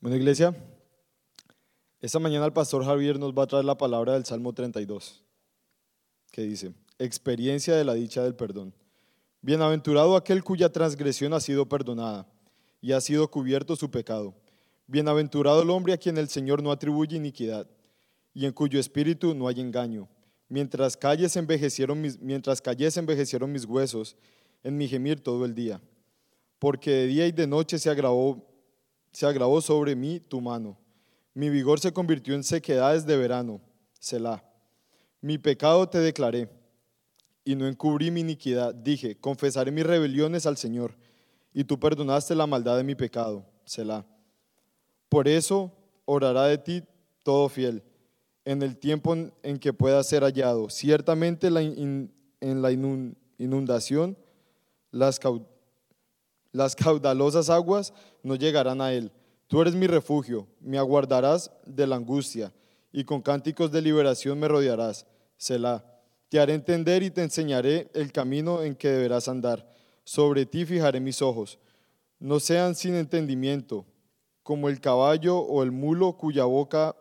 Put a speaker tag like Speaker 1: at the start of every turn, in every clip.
Speaker 1: Bueno, iglesia, esta mañana el pastor Javier nos va a traer la palabra del Salmo 32, que dice, experiencia de la dicha del perdón. Bienaventurado aquel cuya transgresión ha sido perdonada y ha sido cubierto su pecado. Bienaventurado el hombre a quien el Señor no atribuye iniquidad y en cuyo espíritu no hay engaño. Mientras calles envejecieron mis, mientras calles envejecieron mis huesos en mi gemir todo el día, porque de día y de noche se agravó se agravó sobre mí tu mano. Mi vigor se convirtió en sequedades de verano, Selah. Mi pecado te declaré y no encubrí mi iniquidad. Dije, confesaré mis rebeliones al Señor y tú perdonaste la maldad de mi pecado, Selah. Por eso orará de ti todo fiel en el tiempo en- en que pueda ser hallado. Ciertamente la in- en la inun- inundación las cau- las caudalosas aguas no llegarán a él. Tú eres mi refugio, me aguardarás de la angustia y con cánticos de liberación me rodearás. Selah, te haré entender y te enseñaré el camino en que deberás andar. Sobre ti fijaré mis ojos. No sean sin entendimiento, como el caballo o el mulo cuya boca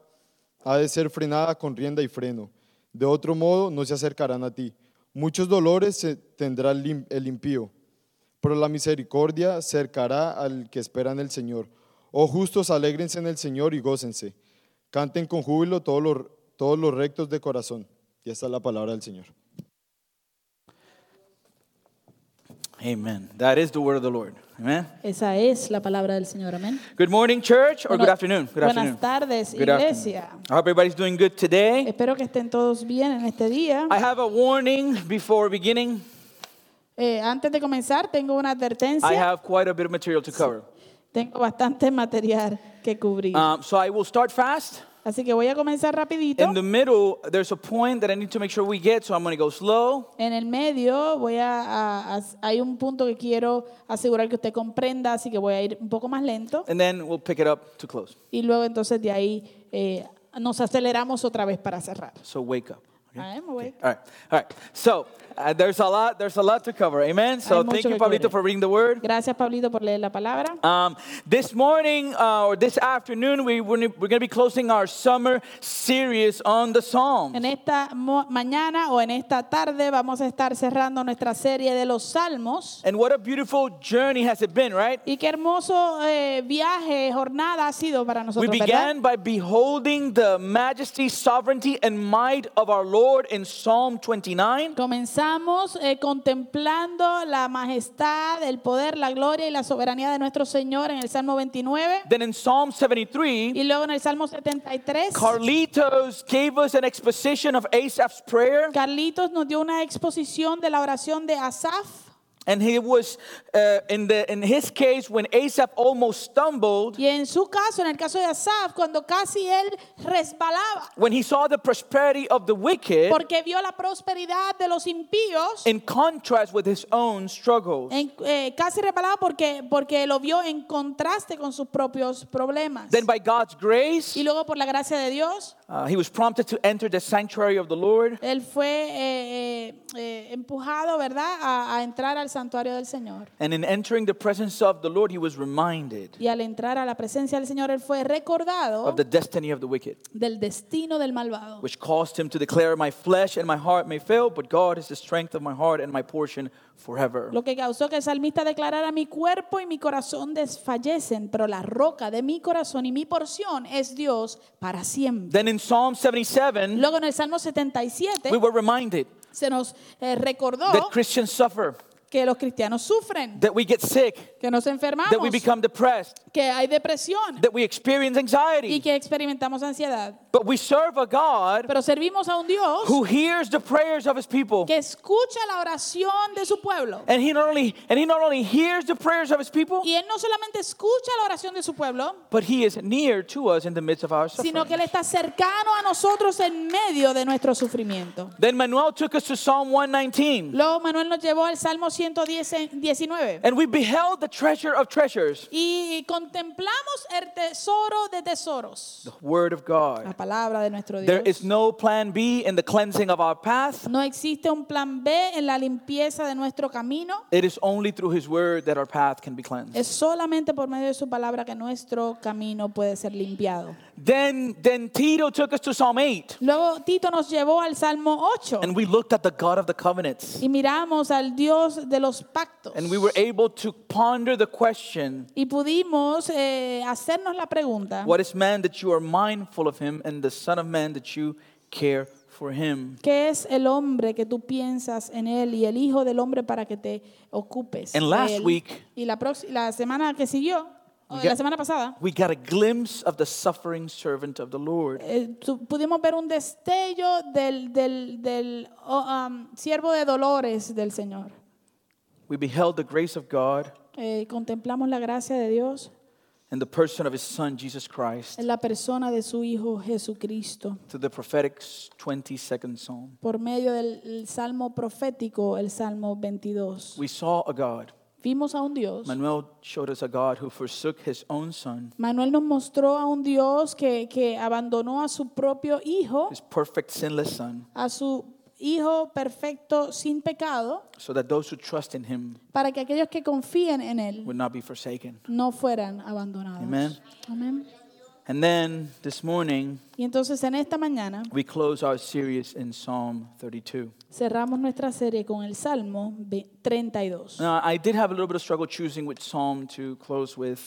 Speaker 1: ha de ser frenada con rienda y freno. De otro modo no se acercarán a ti. Muchos dolores se- tendrá el im- el impío pero la misericordia cercará al que espera en el Señor. Oh justos, alégrense en el Señor y gócense. Canten con júbilo todos los, todos los rectos de corazón. Y esta es la palabra del Señor.
Speaker 2: Amen. That is the word of the Lord. Amen.
Speaker 3: Esa es la palabra del Señor, amén.
Speaker 2: Good morning, church, or
Speaker 3: Bueno,
Speaker 2: good afternoon. Good
Speaker 3: buenas
Speaker 2: afternoon.
Speaker 3: tardes,
Speaker 2: Good
Speaker 3: iglesia.
Speaker 2: afternoon. I hope everybody's doing good today.
Speaker 3: Espero que estén todos bien en este día.
Speaker 2: I have a warning before beginning.
Speaker 3: Eh, antes de comenzar, tengo una
Speaker 2: I
Speaker 3: advertencia.
Speaker 2: have quite a bit of material to cover.
Speaker 3: Tengo bastante material que cubrir.
Speaker 2: Um, so I will start fast.
Speaker 3: Así que voy a comenzar rapidito.
Speaker 2: In the middle, there's a point that I need to make sure we get, so I'm going to go slow.
Speaker 3: En el medio voy a, a- a- hay un punto que quiero asegurar que usted comprenda, así que voy a ir un poco más lento.
Speaker 2: And then we'll pick it up to close.
Speaker 3: Y luego entonces de ahí eh, nos aceleramos otra vez para cerrar.
Speaker 2: So wake up.
Speaker 3: Ay, me voy.
Speaker 2: All right, all right. So uh, there's a lot. There's a lot to cover. Amen. So
Speaker 3: Hay
Speaker 2: thank
Speaker 3: mucho
Speaker 2: you,
Speaker 3: que
Speaker 2: Pablito,
Speaker 3: cubrir.
Speaker 2: for reading the word.
Speaker 3: Gracias, Pablito, por leer la palabra.
Speaker 2: Um, this morning uh, or this afternoon, we, we're, we're going to be closing our summer series on the Psalms.
Speaker 3: En esta mo- mañana o en esta tarde vamos a estar cerrando nuestra serie de los salmos.
Speaker 2: And what a beautiful journey has it been, right?
Speaker 3: Y qué hermoso eh, viaje, jornada ha sido para
Speaker 2: We
Speaker 3: nosotros, ¿verdad?
Speaker 2: began by beholding the majesty, sovereignty, and might of our Lord in Psalm 29.
Speaker 3: Comenzamos eh, contemplando la majestad, el poder, la gloria y la soberanía de nuestro Señor en el Salmo 29
Speaker 2: Then in Psalm 73,
Speaker 3: y luego en el Salmo 73.
Speaker 2: Carlitos gave us an exposition of Asaph's prayer,
Speaker 3: Carlitos nos dio una exposición de la oración de Asaf
Speaker 2: and he was uh, in the in his case when Asaph almost stumbled.
Speaker 3: y en su caso, en el caso de Asaf, cuando casi él resbalaba
Speaker 2: When he saw the prosperity of the wicked,
Speaker 3: porque vio la prosperidad de los impíos.
Speaker 2: in contrast with his own struggles.
Speaker 3: En- eh, casi repalado porque, porque lo vio en contraste con sus propios problemas.
Speaker 2: Then, by God's grace,
Speaker 3: y luego por la gracia de Dios,
Speaker 2: uh, he was prompted to enter the sanctuary of the Lord.
Speaker 3: él fue eh, eh, eh, empujado, ¿verdad?, a, a entrar al santuario del Señor.
Speaker 2: And in entering the presence of the Lord, he was reminded
Speaker 3: Y al entrar a la presencia del Señor, él fue recordado
Speaker 2: of the destiny of the wicked,
Speaker 3: del destino del malvado,
Speaker 2: which caused him to declare, My flesh and my heart may fail, but God is the strength of my heart and my portion forever.
Speaker 3: lo que causó que el salmista declarara, mi cuerpo y mi corazón desfallecen, pero la roca de mi corazón y mi porción es Dios para siempre.
Speaker 2: Then in Psalm 77,
Speaker 3: Luego en el Salmo 77
Speaker 2: we were reminded
Speaker 3: se nos eh, recordó
Speaker 2: that Christians suffer,
Speaker 3: que los cristianos sufren,
Speaker 2: that we get sick,
Speaker 3: que nos enfermamos,
Speaker 2: that we become depressed,
Speaker 3: que hay depresión
Speaker 2: that we experience
Speaker 3: y
Speaker 2: anxiety.
Speaker 3: que experimentamos ansiedad.
Speaker 2: But we serve a God
Speaker 3: Pero servimos a un Dios
Speaker 2: who hears the prayers of his people.
Speaker 3: que escucha la oración de su pueblo.
Speaker 2: And he not only and he not only hears the prayers of his people,
Speaker 3: Y Él no solamente escucha la oración de su pueblo,
Speaker 2: but he is near to us in the midst of our suffering.
Speaker 3: sino que Él está cercano a nosotros en medio de nuestro sufrimiento.
Speaker 2: Then Manuel took us to Psalm 119,
Speaker 3: Luego Manuel nos llevó al Salmo 119
Speaker 2: and we beheld the treasure of treasures,
Speaker 3: y contemplamos el tesoro de tesoros,
Speaker 2: the Word of God.
Speaker 3: la palabra de nuestro Dios.
Speaker 2: There is no plan B in the cleansing of our path.
Speaker 3: No existe un plan B en la limpieza de nuestro camino.
Speaker 2: It is only through His Word that our path can be cleansed.
Speaker 3: Es solamente por medio de su palabra que nuestro camino puede ser limpiado.
Speaker 2: Then, then Tito took us to Psalm 8,
Speaker 3: Luego Tito nos llevó al Salmo 8
Speaker 2: and we looked at the God of the covenants,
Speaker 3: y miramos al Dios de los pactos.
Speaker 2: and we were able to ponder the question
Speaker 3: Y pudimos eh, hacernos la pregunta,
Speaker 2: What is man that you are mindful of him, and the Son of Man that you care for him?
Speaker 3: ¿qué es el hombre que tú piensas en él y el hijo del hombre para que te ocupes?
Speaker 2: And
Speaker 3: de
Speaker 2: last
Speaker 3: él?
Speaker 2: week-
Speaker 3: y la, prox- la semana que siguió, o
Speaker 2: got-
Speaker 3: la semana pasada,
Speaker 2: We got a glimpse of the suffering servant of the Lord.
Speaker 3: eh, tu- pudimos ver un destello del, del, del oh, um, siervo de dolores del Señor.
Speaker 2: We beheld the grace of God
Speaker 3: Eh, contemplamos la gracia de Dios
Speaker 2: and the person of his Son, Jesus Christ,
Speaker 3: en la persona de su Hijo Jesucristo
Speaker 2: through the prophetic 22nd Psalm.
Speaker 3: por medio del el salmo profético, el salmo 22.
Speaker 2: We saw a God.
Speaker 3: Vimos a un Dios.
Speaker 2: Manuel showed us a God who forsook his own Son,
Speaker 3: Manuel nos mostró a un Dios que, que abandonó a su propio hijo,
Speaker 2: his perfect, sinless Son,
Speaker 3: a su hijo perfecto sin pecado,
Speaker 2: so that those who trust in him
Speaker 3: para que aquellos que confíen en él
Speaker 2: would not be forsaken.
Speaker 3: no fueran abandonados.
Speaker 2: Amen.
Speaker 3: Amén.
Speaker 2: And then this morning,
Speaker 3: Y entonces en esta mañana
Speaker 2: we close our series in Psalm 32.
Speaker 3: cerramos nuestra serie con el Salmo ve- 32.
Speaker 2: Now, Uh, I did have a little bit of struggle choosing which psalm to close with.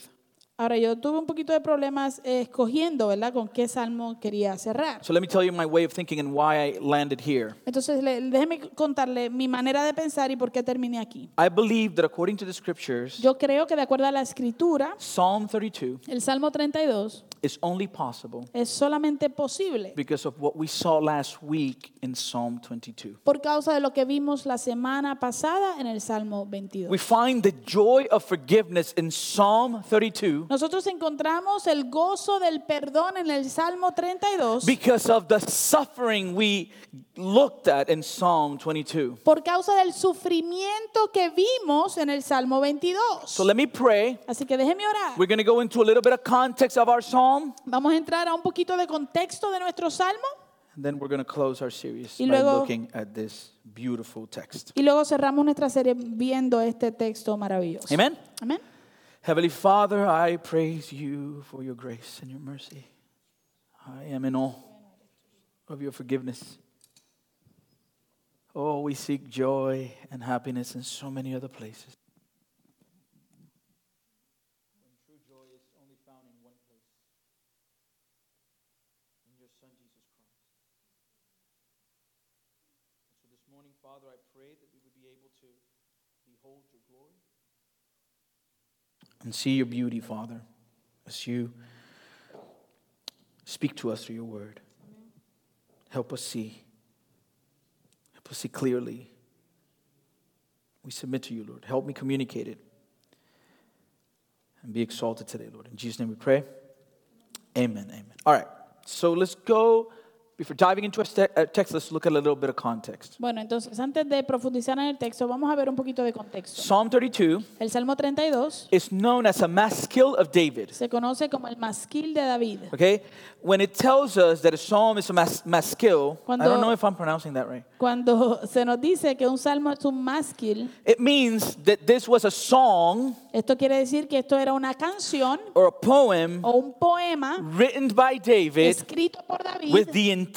Speaker 3: Ahora yo tuve un poquito de problemas eh, escogiendo, ¿verdad? Con qué salmo quería cerrar.
Speaker 2: So let me tell you my way of thinking and why I landed here.
Speaker 3: Entonces le- déjeme contarle mi manera de pensar y por qué terminé aquí.
Speaker 2: I believe that according to the scriptures,
Speaker 3: Yo creo que de acuerdo a la escritura,
Speaker 2: Psalm 32
Speaker 3: el Salmo 32
Speaker 2: is only possible
Speaker 3: es solamente posible
Speaker 2: because of what we saw last week in Psalm 22.
Speaker 3: por causa de lo que vimos la semana pasada en el Salmo
Speaker 2: We
Speaker 3: 22.
Speaker 2: find the joy of forgiveness in Psalm 32
Speaker 3: Nosotros encontramos el gozo del perdón en el Salmo 32
Speaker 2: because of the suffering we looked at in Psalm 22.
Speaker 3: por causa del sufrimiento que vimos en el Salmo 22.
Speaker 2: So let me pray.
Speaker 3: Así que déjeme orar.
Speaker 2: We're going to go into a little bit of context of our psalm,
Speaker 3: Vamos a entrar a un poquito de contexto de nuestro salmo
Speaker 2: and then we're going to close our series
Speaker 3: Y
Speaker 2: by
Speaker 3: luego-
Speaker 2: looking at this beautiful text.
Speaker 3: y luego cerramos nuestra serie viendo este texto maravilloso.
Speaker 2: Amen.
Speaker 3: Amén.
Speaker 2: Heavenly Father, I praise you for your grace and your mercy. I am in awe of your forgiveness. Oh, we seek joy and happiness in so many other places. So this morning, Father, I pray that we would be able to behold your glory and see your beauty, Father, as you speak to us through your word. Help us see. Help us see clearly. We submit to you, Lord. Help me communicate it and be exalted today, Lord. In Jesus' name we pray. Amen. Amen. All right. So let's go. Before diving into a ste- a text, let's look at a little bit of context.
Speaker 3: Bueno, entonces antes de profundizar en el texto, vamos a ver un poquito de contexto.
Speaker 2: Psalm 32
Speaker 3: El Salmo 32
Speaker 2: is known as a maskil of David.
Speaker 3: se conoce como el masquil de David.
Speaker 2: Okay? When it tells us that a psalm is a mas- maskil, I
Speaker 3: Cuando-
Speaker 2: don't know if I'm pronouncing that right.
Speaker 3: Cuando se nos dice que un salmo es un masquil,
Speaker 2: It means that this was a song
Speaker 3: esto quiere decir que esto era una canción
Speaker 2: or a poem
Speaker 3: o un poema
Speaker 2: written by David
Speaker 3: escrito por David
Speaker 2: with the intent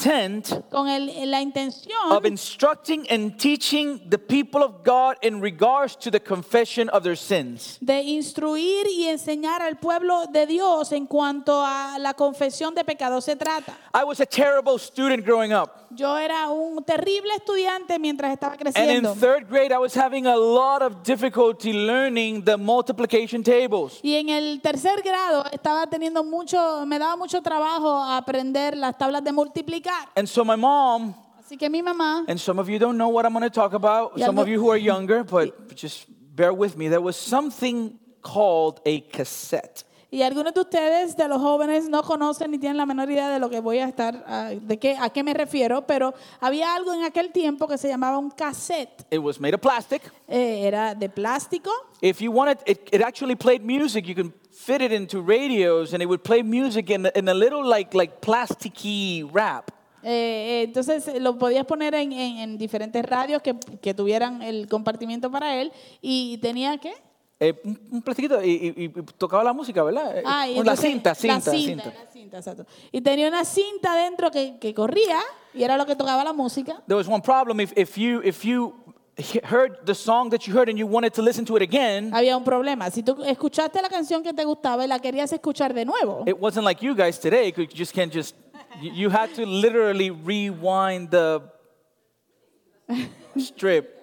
Speaker 3: con el- eh, la intención
Speaker 2: of instructing and teaching the people of God in regards to the confession of their sins.
Speaker 3: de instruir y enseñar al pueblo de Dios en cuanto a la confesión de pecados se trata.
Speaker 2: I was a terrible student growing up.
Speaker 3: Yo era un terrible estudiante mientras estaba
Speaker 2: And in
Speaker 3: creciendo.
Speaker 2: third grade, I was having a lot of difficulty learning the multiplication tables.
Speaker 3: Y en el tercer grado estaba teniendo mucho, me daba mucho trabajo aprender las tablas de multiplicar.
Speaker 2: And so my mom
Speaker 3: Así que mi mamá
Speaker 2: And some of you don't know what I'm going to talk about.
Speaker 3: Y
Speaker 2: Some
Speaker 3: algo-
Speaker 2: of you who are younger, but just bear with me. There was something called a cassette.
Speaker 3: Y algunos de ustedes, de los jóvenes, no conocen ni tienen la menor idea de lo que voy a estar, ah, de qué, a qué me refiero, pero había algo en aquel tiempo que se llamaba un cassette.
Speaker 2: It was made of plastic.
Speaker 3: Eh, era de plástico.
Speaker 2: If you wanted, it, it actually played music. You can fit it into radios, and it would play music in, in a little like like plasticky wrap.
Speaker 3: Eh, eh, entonces eh, lo podías poner en, en- en diferentes radios que, que tuvieran el compartimiento para él y tenía qué?
Speaker 2: Eh, un, un plastiquito y, y- y tocaba la música, ¿verdad? Eh,
Speaker 3: Ah, y
Speaker 2: la
Speaker 3: entonces-
Speaker 2: cinta, cinta,
Speaker 3: la cinta,
Speaker 2: cinta.
Speaker 3: la cinta, exacto. Y tenía una cinta dentro que, que corría y era lo que tocaba la música.
Speaker 2: There was one problem if, if you if you he- heard the song that you heard and you wanted to listen to it again,
Speaker 3: Había un problema. Si tú escuchaste la canción que te gustaba y la querías escuchar de nuevo,
Speaker 2: it wasn't like you guys today. You could- you just can't just you, you had to literally rewind the strip.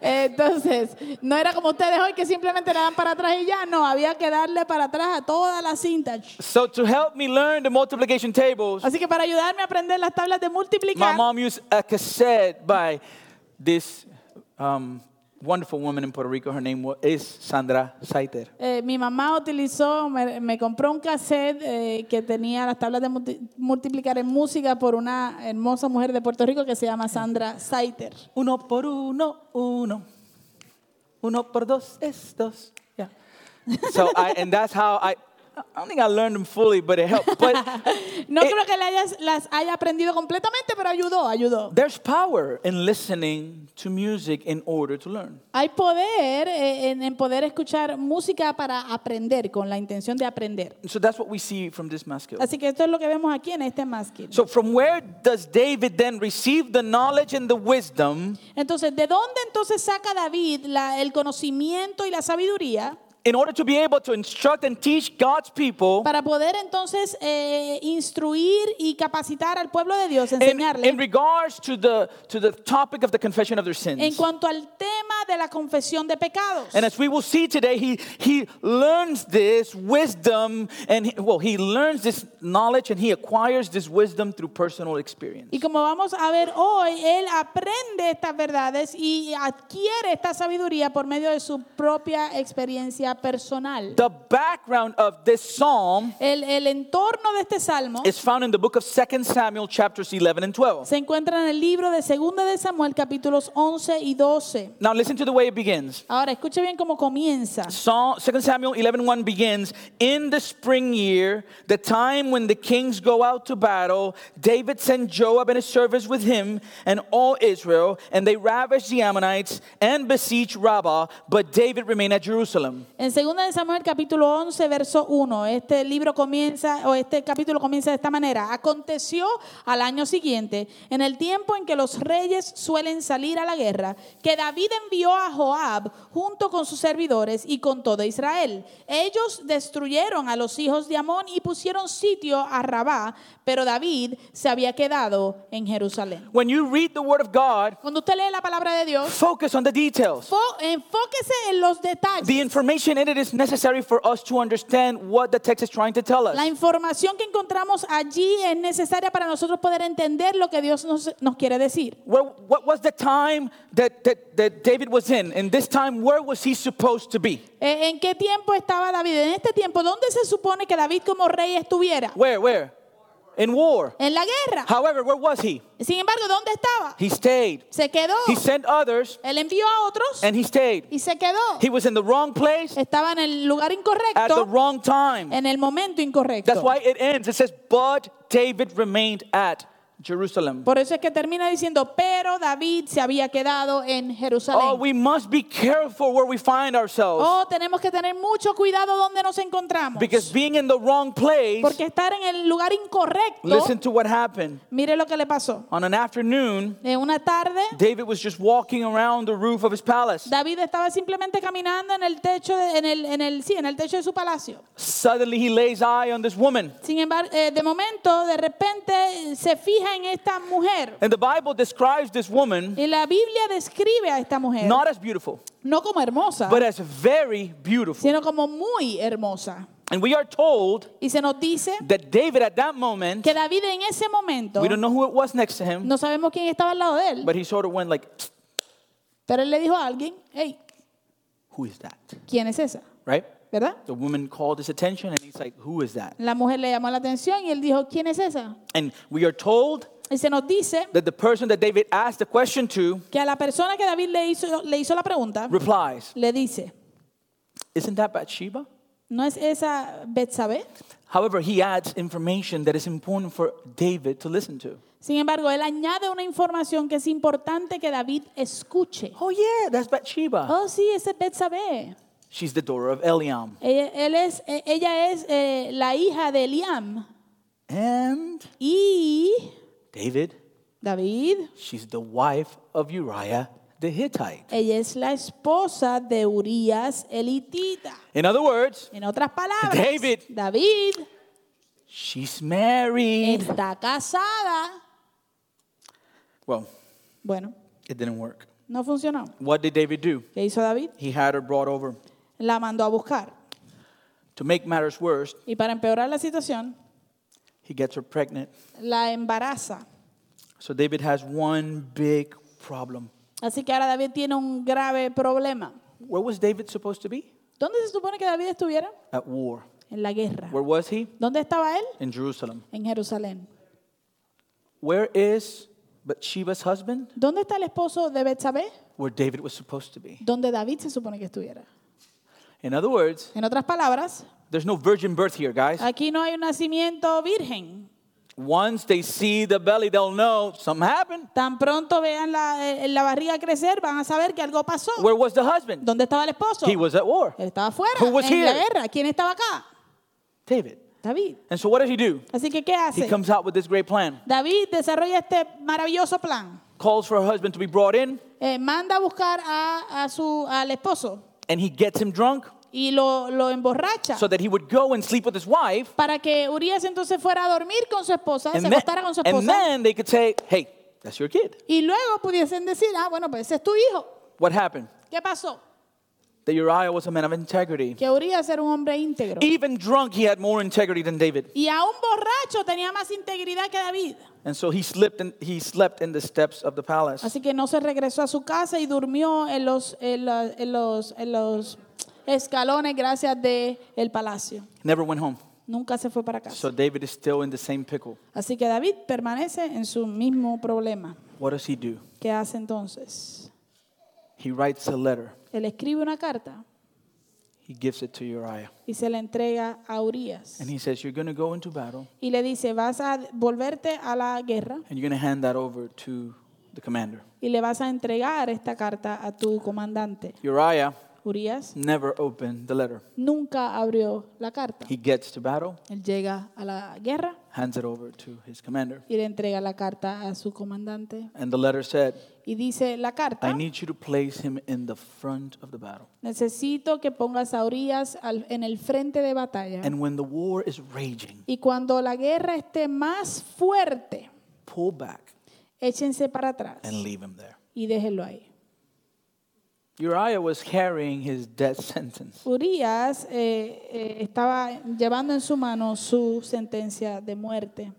Speaker 3: eh, entonces no era como ustedes hoy que simplemente le dan para atrás y ya, no, había que darle para atrás a toda la cinta.
Speaker 2: So to help me learn the multiplication tables,
Speaker 3: Así que para ayudarme a aprender las tablas de
Speaker 2: my
Speaker 3: multiplicar,
Speaker 2: mom used a cassette by this um, wonderful woman in Puerto Rico. Her name wa- is Sandra Saiter.
Speaker 3: Eh, mi mamá utilizó, me, me compró un cassette eh, que tenía las tablas de multi- multiplicar en música por una hermosa mujer de Puerto Rico que se llama Sandra Saiter.
Speaker 2: Uno por uno, uno. Uno por dos es dos. Yeah. So I, and that's how I. I don't think I learned them fully, but it helped. But
Speaker 3: No
Speaker 2: Eh.
Speaker 3: creo que le hayas- las haya aprendido completamente, pero ayudó, ayudó.
Speaker 2: there's power in listening to music in order to learn.
Speaker 3: Hay poder eh, en, en poder escuchar música para aprender, con la intención de aprender.
Speaker 2: So that's what we see from this masculine.
Speaker 3: Así que esto es lo que vemos aquí en este masking.
Speaker 2: So from where does David then receive the knowledge and the wisdom
Speaker 3: Entonces, ¿de dónde entonces saca David la- el conocimiento y la sabiduría?
Speaker 2: in order to be able to instruct and teach God's people
Speaker 3: para poder entonces eh, instruir y capacitar al pueblo de Dios,
Speaker 2: in,
Speaker 3: enseñarle
Speaker 2: in regards to the to the topic of the confession of their
Speaker 3: en
Speaker 2: sins.
Speaker 3: cuanto al tema de la confesión de pecados.
Speaker 2: And as we will see today, he he learns this wisdom and he- well, he learns this knowledge and he acquires this wisdom through personal experience.
Speaker 3: Y como vamos a ver hoy, él aprende estas verdades y adquiere esta sabiduría por medio de su propia experiencia personal.
Speaker 2: The background of this psalm
Speaker 3: El, el entorno de este salmo
Speaker 2: is found in the book of 2 Samuel chapters 11 and 12.
Speaker 3: se encuentra en el libro de 2 de Samuel capítulos 11 y 12.
Speaker 2: Now listen to the way it begins.
Speaker 3: Ahora, escuche bien cómo comienza.
Speaker 2: Psalm, 2 Samuel 11:1 begins in the spring year, the time when the kings go out to battle. David sent Joab and his servants with him and all Israel, and they ravaged the Ammonites and besieged Rabbah. But David remained at Jerusalem.
Speaker 3: En 2 de Samuel capítulo 11 verso 1, este libro comienza o este capítulo comienza de esta manera. Aconteció al año siguiente, en el tiempo en que los reyes suelen salir a la guerra, que David envió a Joab junto con sus servidores y con todo Israel. Ellos destruyeron a los hijos de Amón y pusieron sitio a Rabá, pero David se había quedado en Jerusalén.
Speaker 2: When you read the Word of God,
Speaker 3: Cuando usted lee la palabra de Dios,
Speaker 2: focus on the details.
Speaker 3: fo- enfóquese en los detalles.
Speaker 2: The information in it is necessary for us to understand what the text is trying to tell
Speaker 3: La
Speaker 2: us.
Speaker 3: información que encontramos allí es necesaria para nosotros poder entender lo que Dios nos, nos quiere decir.
Speaker 2: Where, what was the time that, that, that David was in? And this time, where was he supposed to be?
Speaker 3: Eh, ¿En qué tiempo estaba David? En este tiempo, ¿dónde se supone que David como rey estuviera?
Speaker 2: Where? Where? In war.
Speaker 3: En la guerra.
Speaker 2: However, where was he?
Speaker 3: Sin embargo, ¿dónde estaba?
Speaker 2: He stayed.
Speaker 3: Se quedó.
Speaker 2: He sent others
Speaker 3: Él envió a otros
Speaker 2: and he stayed.
Speaker 3: y se quedó.
Speaker 2: He was in the wrong place
Speaker 3: Estaba en el lugar
Speaker 2: at the
Speaker 3: incorrecto,
Speaker 2: wrong time.
Speaker 3: en el momento
Speaker 2: That's
Speaker 3: incorrecto.
Speaker 2: why it ends. It says, But David remained at Jerusalem.
Speaker 3: Por eso es que termina diciendo, pero David se había quedado en
Speaker 2: Oh,
Speaker 3: Jerusalén.
Speaker 2: we must be careful where we find ourselves
Speaker 3: Oh, tenemos que tener mucho cuidado donde nos encontramos.
Speaker 2: because being in the wrong place,
Speaker 3: Porque estar en el lugar incorrecto,
Speaker 2: listen to what happened.
Speaker 3: mire lo que le pasó.
Speaker 2: On an afternoon,
Speaker 3: En una tarde,
Speaker 2: David was just walking around the roof of his palace.
Speaker 3: David estaba simplemente caminando en el techo, de- en, el, en, el, sí, en el techo de su palacio.
Speaker 2: Suddenly, he lays eye on this woman.
Speaker 3: Sin embargo, eh, de momento, de repente, eh, se fija en esta mujer.
Speaker 2: And the Bible describes this woman
Speaker 3: Y la Biblia describe a esta mujer,
Speaker 2: not as beautiful,
Speaker 3: no como hermosa,
Speaker 2: but as very beautiful.
Speaker 3: sino como muy hermosa.
Speaker 2: And we are told
Speaker 3: Y se nos dice
Speaker 2: that David at that moment,
Speaker 3: que David en ese momento,
Speaker 2: we don't know who it was next to him,
Speaker 3: no sabemos quién estaba al lado de él,
Speaker 2: but he sort of went like, "Psst,
Speaker 3: pero él le dijo a alguien, hey,
Speaker 2: who is that?
Speaker 3: ¿quién es esa?
Speaker 2: Right?
Speaker 3: ¿verdad?
Speaker 2: The woman called his attention and he's like, Who is that?
Speaker 3: La mujer le llamó la atención y él dijo, ¿quién es esa?
Speaker 2: And we are told
Speaker 3: Y se nos dice
Speaker 2: that the person that David asked the question to
Speaker 3: que a la persona que David le hizo, le hizo la pregunta,
Speaker 2: replies,
Speaker 3: le dice,
Speaker 2: Isn't that Bathsheba?
Speaker 3: ¿no es esa Betsabé?
Speaker 2: However, he adds information that is important for David to listen to.
Speaker 3: Sin embargo, él añade una información que es importante que David escuche.
Speaker 2: Oh, yeah, that's Bathsheba.
Speaker 3: Oh, sí, esa es Betsabé.
Speaker 2: She's the daughter of Eliam.
Speaker 3: Ella, él es, eh, ella es eh, la hija de Eliam.
Speaker 2: And
Speaker 3: Y
Speaker 2: David,
Speaker 3: David,
Speaker 2: she's the wife of Uriah the Hittite.
Speaker 3: ella es la esposa de Urias elitita.
Speaker 2: In other words,
Speaker 3: En otras palabras,
Speaker 2: David.
Speaker 3: David
Speaker 2: she's married.
Speaker 3: está casada.
Speaker 2: Well,
Speaker 3: Bueno,
Speaker 2: it didn't work.
Speaker 3: no funcionó.
Speaker 2: What did David do?
Speaker 3: ¿Qué hizo David?
Speaker 2: He had her brought over.
Speaker 3: La mandó a buscar.
Speaker 2: To make matters worse,
Speaker 3: Y para empeorar la situación,
Speaker 2: he gets her pregnant.
Speaker 3: la embaraza.
Speaker 2: So David has one big problem.
Speaker 3: Así que ahora David tiene un grave problema.
Speaker 2: Where was David supposed to be?
Speaker 3: ¿Dónde se supone que David estuviera?
Speaker 2: At war.
Speaker 3: En la guerra.
Speaker 2: Where was he?
Speaker 3: ¿Dónde estaba él?
Speaker 2: In Jerusalem.
Speaker 3: En Jerusalén.
Speaker 2: Where is Bathsheba's husband?
Speaker 3: ¿Dónde está el esposo de Betsabé?
Speaker 2: Where David was supposed to be.
Speaker 3: Donde David se supone que estuviera.
Speaker 2: In other words,
Speaker 3: En otras palabras,
Speaker 2: there's no virgin birth here, guys.
Speaker 3: aquí no hay un nacimiento virgen.
Speaker 2: Once they see the belly, they'll know something happened.
Speaker 3: Tan pronto vean la, eh, la barriga crecer, van a saber que algo pasó.
Speaker 2: Where was the husband?
Speaker 3: ¿Dónde estaba el esposo?
Speaker 2: He was at war.
Speaker 3: Él estaba afuera,
Speaker 2: Who
Speaker 3: en
Speaker 2: was
Speaker 3: la
Speaker 2: here?
Speaker 3: guerra. ¿Quién estaba acá?
Speaker 2: David.
Speaker 3: David.
Speaker 2: And so what does he do?
Speaker 3: Así que, ¿qué hace?
Speaker 2: He comes out with this great plan.
Speaker 3: David desarrolla este maravilloso plan.
Speaker 2: Calls for her husband to be brought in,
Speaker 3: Eh, manda a buscar a, a su, al esposo
Speaker 2: and he gets him drunk
Speaker 3: y lo, lo emborracha
Speaker 2: so that he would go and sleep with his wife.
Speaker 3: para que Urias entonces fuera a dormir con su esposa,
Speaker 2: And
Speaker 3: se
Speaker 2: then,
Speaker 3: acostara con su
Speaker 2: and
Speaker 3: esposa
Speaker 2: then they could say, hey, that's your kid.
Speaker 3: y luego pudiesen decir, ah, bueno, pues ese es tu hijo.
Speaker 2: What happened?
Speaker 3: ¿Qué pasó?
Speaker 2: That Uriah was a man of integrity.
Speaker 3: Que Urias era un hombre íntegro.
Speaker 2: Even drunk, he had more integrity than David.
Speaker 3: Y a un borracho tenía más integridad que David.
Speaker 2: And so he slipped and he slept in the steps of the palace.
Speaker 3: Así que no se regresó a su casa y durmió en los, en la- en los, en los escalones, gracias de el palacio.
Speaker 2: Never went home.
Speaker 3: Nunca se fue para casa.
Speaker 2: So David is still in the same pickle.
Speaker 3: Así que David permanece en su mismo problema.
Speaker 2: What does he do?
Speaker 3: ¿Qué hace entonces?
Speaker 2: He writes a letter.
Speaker 3: Él escribe una carta
Speaker 2: He gives it to Uriah.
Speaker 3: y se la entrega a Urias.
Speaker 2: And he says, You're going to go into battle
Speaker 3: Y le dice, vas a volverte a la guerra
Speaker 2: and you're going to hand that over to the commander.
Speaker 3: y le vas a entregar esta carta a tu comandante.
Speaker 2: Uriah
Speaker 3: Urias
Speaker 2: never opened the letter.
Speaker 3: nunca abrió la carta.
Speaker 2: He gets to battle,
Speaker 3: Él llega a la guerra
Speaker 2: hands it over to his commander.
Speaker 3: y le entrega la carta a su comandante.
Speaker 2: And the letter said,
Speaker 3: Y dice la
Speaker 2: I
Speaker 3: carta,
Speaker 2: need you to place him in the front of the battle.
Speaker 3: necesito que pongas a Urias al- en el frente de batalla.
Speaker 2: And when the war is raging,
Speaker 3: Y cuando la guerra esté más fuerte,
Speaker 2: pull back
Speaker 3: échense para atrás
Speaker 2: and leave him there.
Speaker 3: y déjenlo ahí.
Speaker 2: Uriah was carrying his death sentence.
Speaker 3: Urias eh, eh, estaba llevando en su mano su sentencia de muerte.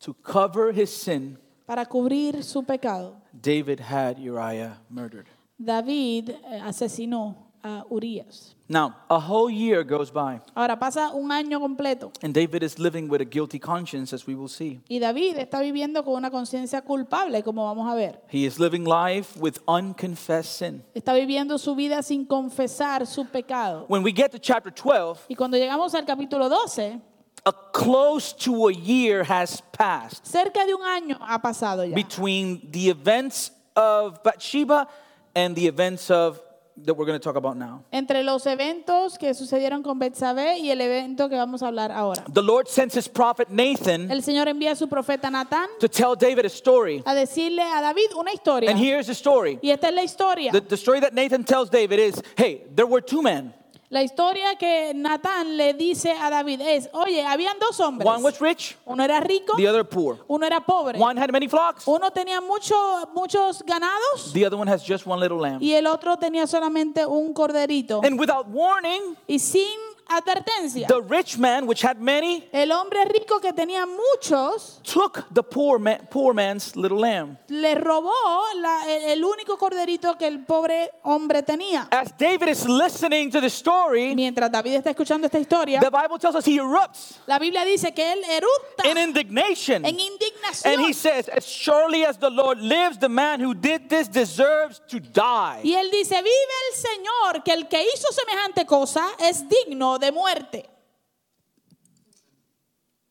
Speaker 2: To cover his sin,
Speaker 3: Para cubrir su pecado,
Speaker 2: David had Uriah murdered.
Speaker 3: David eh, asesinó a Urias.
Speaker 2: Now, a whole year goes by,
Speaker 3: Ahora pasa un año completo
Speaker 2: and David is living with a guilty conscience, as we will see.
Speaker 3: y David está viviendo con una conciencia culpable, como vamos a ver.
Speaker 2: He is living life with unconfessed sin.
Speaker 3: Está viviendo su vida sin confesar su pecado.
Speaker 2: When we get to chapter 12,
Speaker 3: Y cuando llegamos al capítulo 12,
Speaker 2: a close to a year has passed
Speaker 3: cerca de un año ha pasado ya.
Speaker 2: between the events of Bathsheba and the events of that we're going to talk about now.
Speaker 3: Entre los eventos que sucedieron con Betsabé y el evento que vamos a hablar ahora.
Speaker 2: The Lord sends his prophet Nathan
Speaker 3: El Señor envía a su profeta Natán
Speaker 2: to tell David a story.
Speaker 3: a decirle a David una historia.
Speaker 2: And here's the story.
Speaker 3: Y esta es la historia.
Speaker 2: The, the story that Nathan tells David is hey, there were two men.
Speaker 3: La historia que Natán le dice a David es, oye, habían dos hombres.
Speaker 2: One was rich,
Speaker 3: Uno era rico,
Speaker 2: the other poor.
Speaker 3: uno era pobre.
Speaker 2: One had many flocks,
Speaker 3: Uno tenía mucho- muchos ganados
Speaker 2: the other one has just one little lamb.
Speaker 3: y el otro tenía solamente un corderito.
Speaker 2: And without warning,
Speaker 3: Y sin advertencia.
Speaker 2: The rich man, which had many,
Speaker 3: El hombre rico que tenía muchos
Speaker 2: took the poor, man, poor man's little lamb.
Speaker 3: le robó la- el, el único corderito que el pobre hombre tenía.
Speaker 2: As David is listening to the story,
Speaker 3: Mientras David está escuchando esta historia,
Speaker 2: the Bible tells us he erupts
Speaker 3: la Biblia dice que él erupta
Speaker 2: in indignation.
Speaker 3: en indignación.
Speaker 2: Ah. And he says, As surely as the Lord lives, the man who did this deserves to die.
Speaker 3: Y él dice, vive el Señor, que el que hizo semejante cosa es digno de muerte.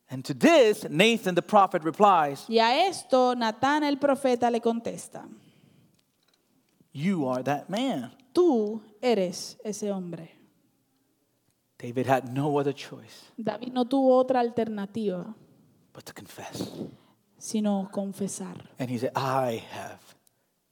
Speaker 2: And to this, Nathan the prophet replies,
Speaker 3: Y a esto Natán el profeta le contesta,
Speaker 2: You are that man.
Speaker 3: tú eres ese hombre.
Speaker 2: David had no other choice
Speaker 3: David no tuvo otra alternativa
Speaker 2: but to confess.
Speaker 3: sino confesar.
Speaker 2: And he said, I have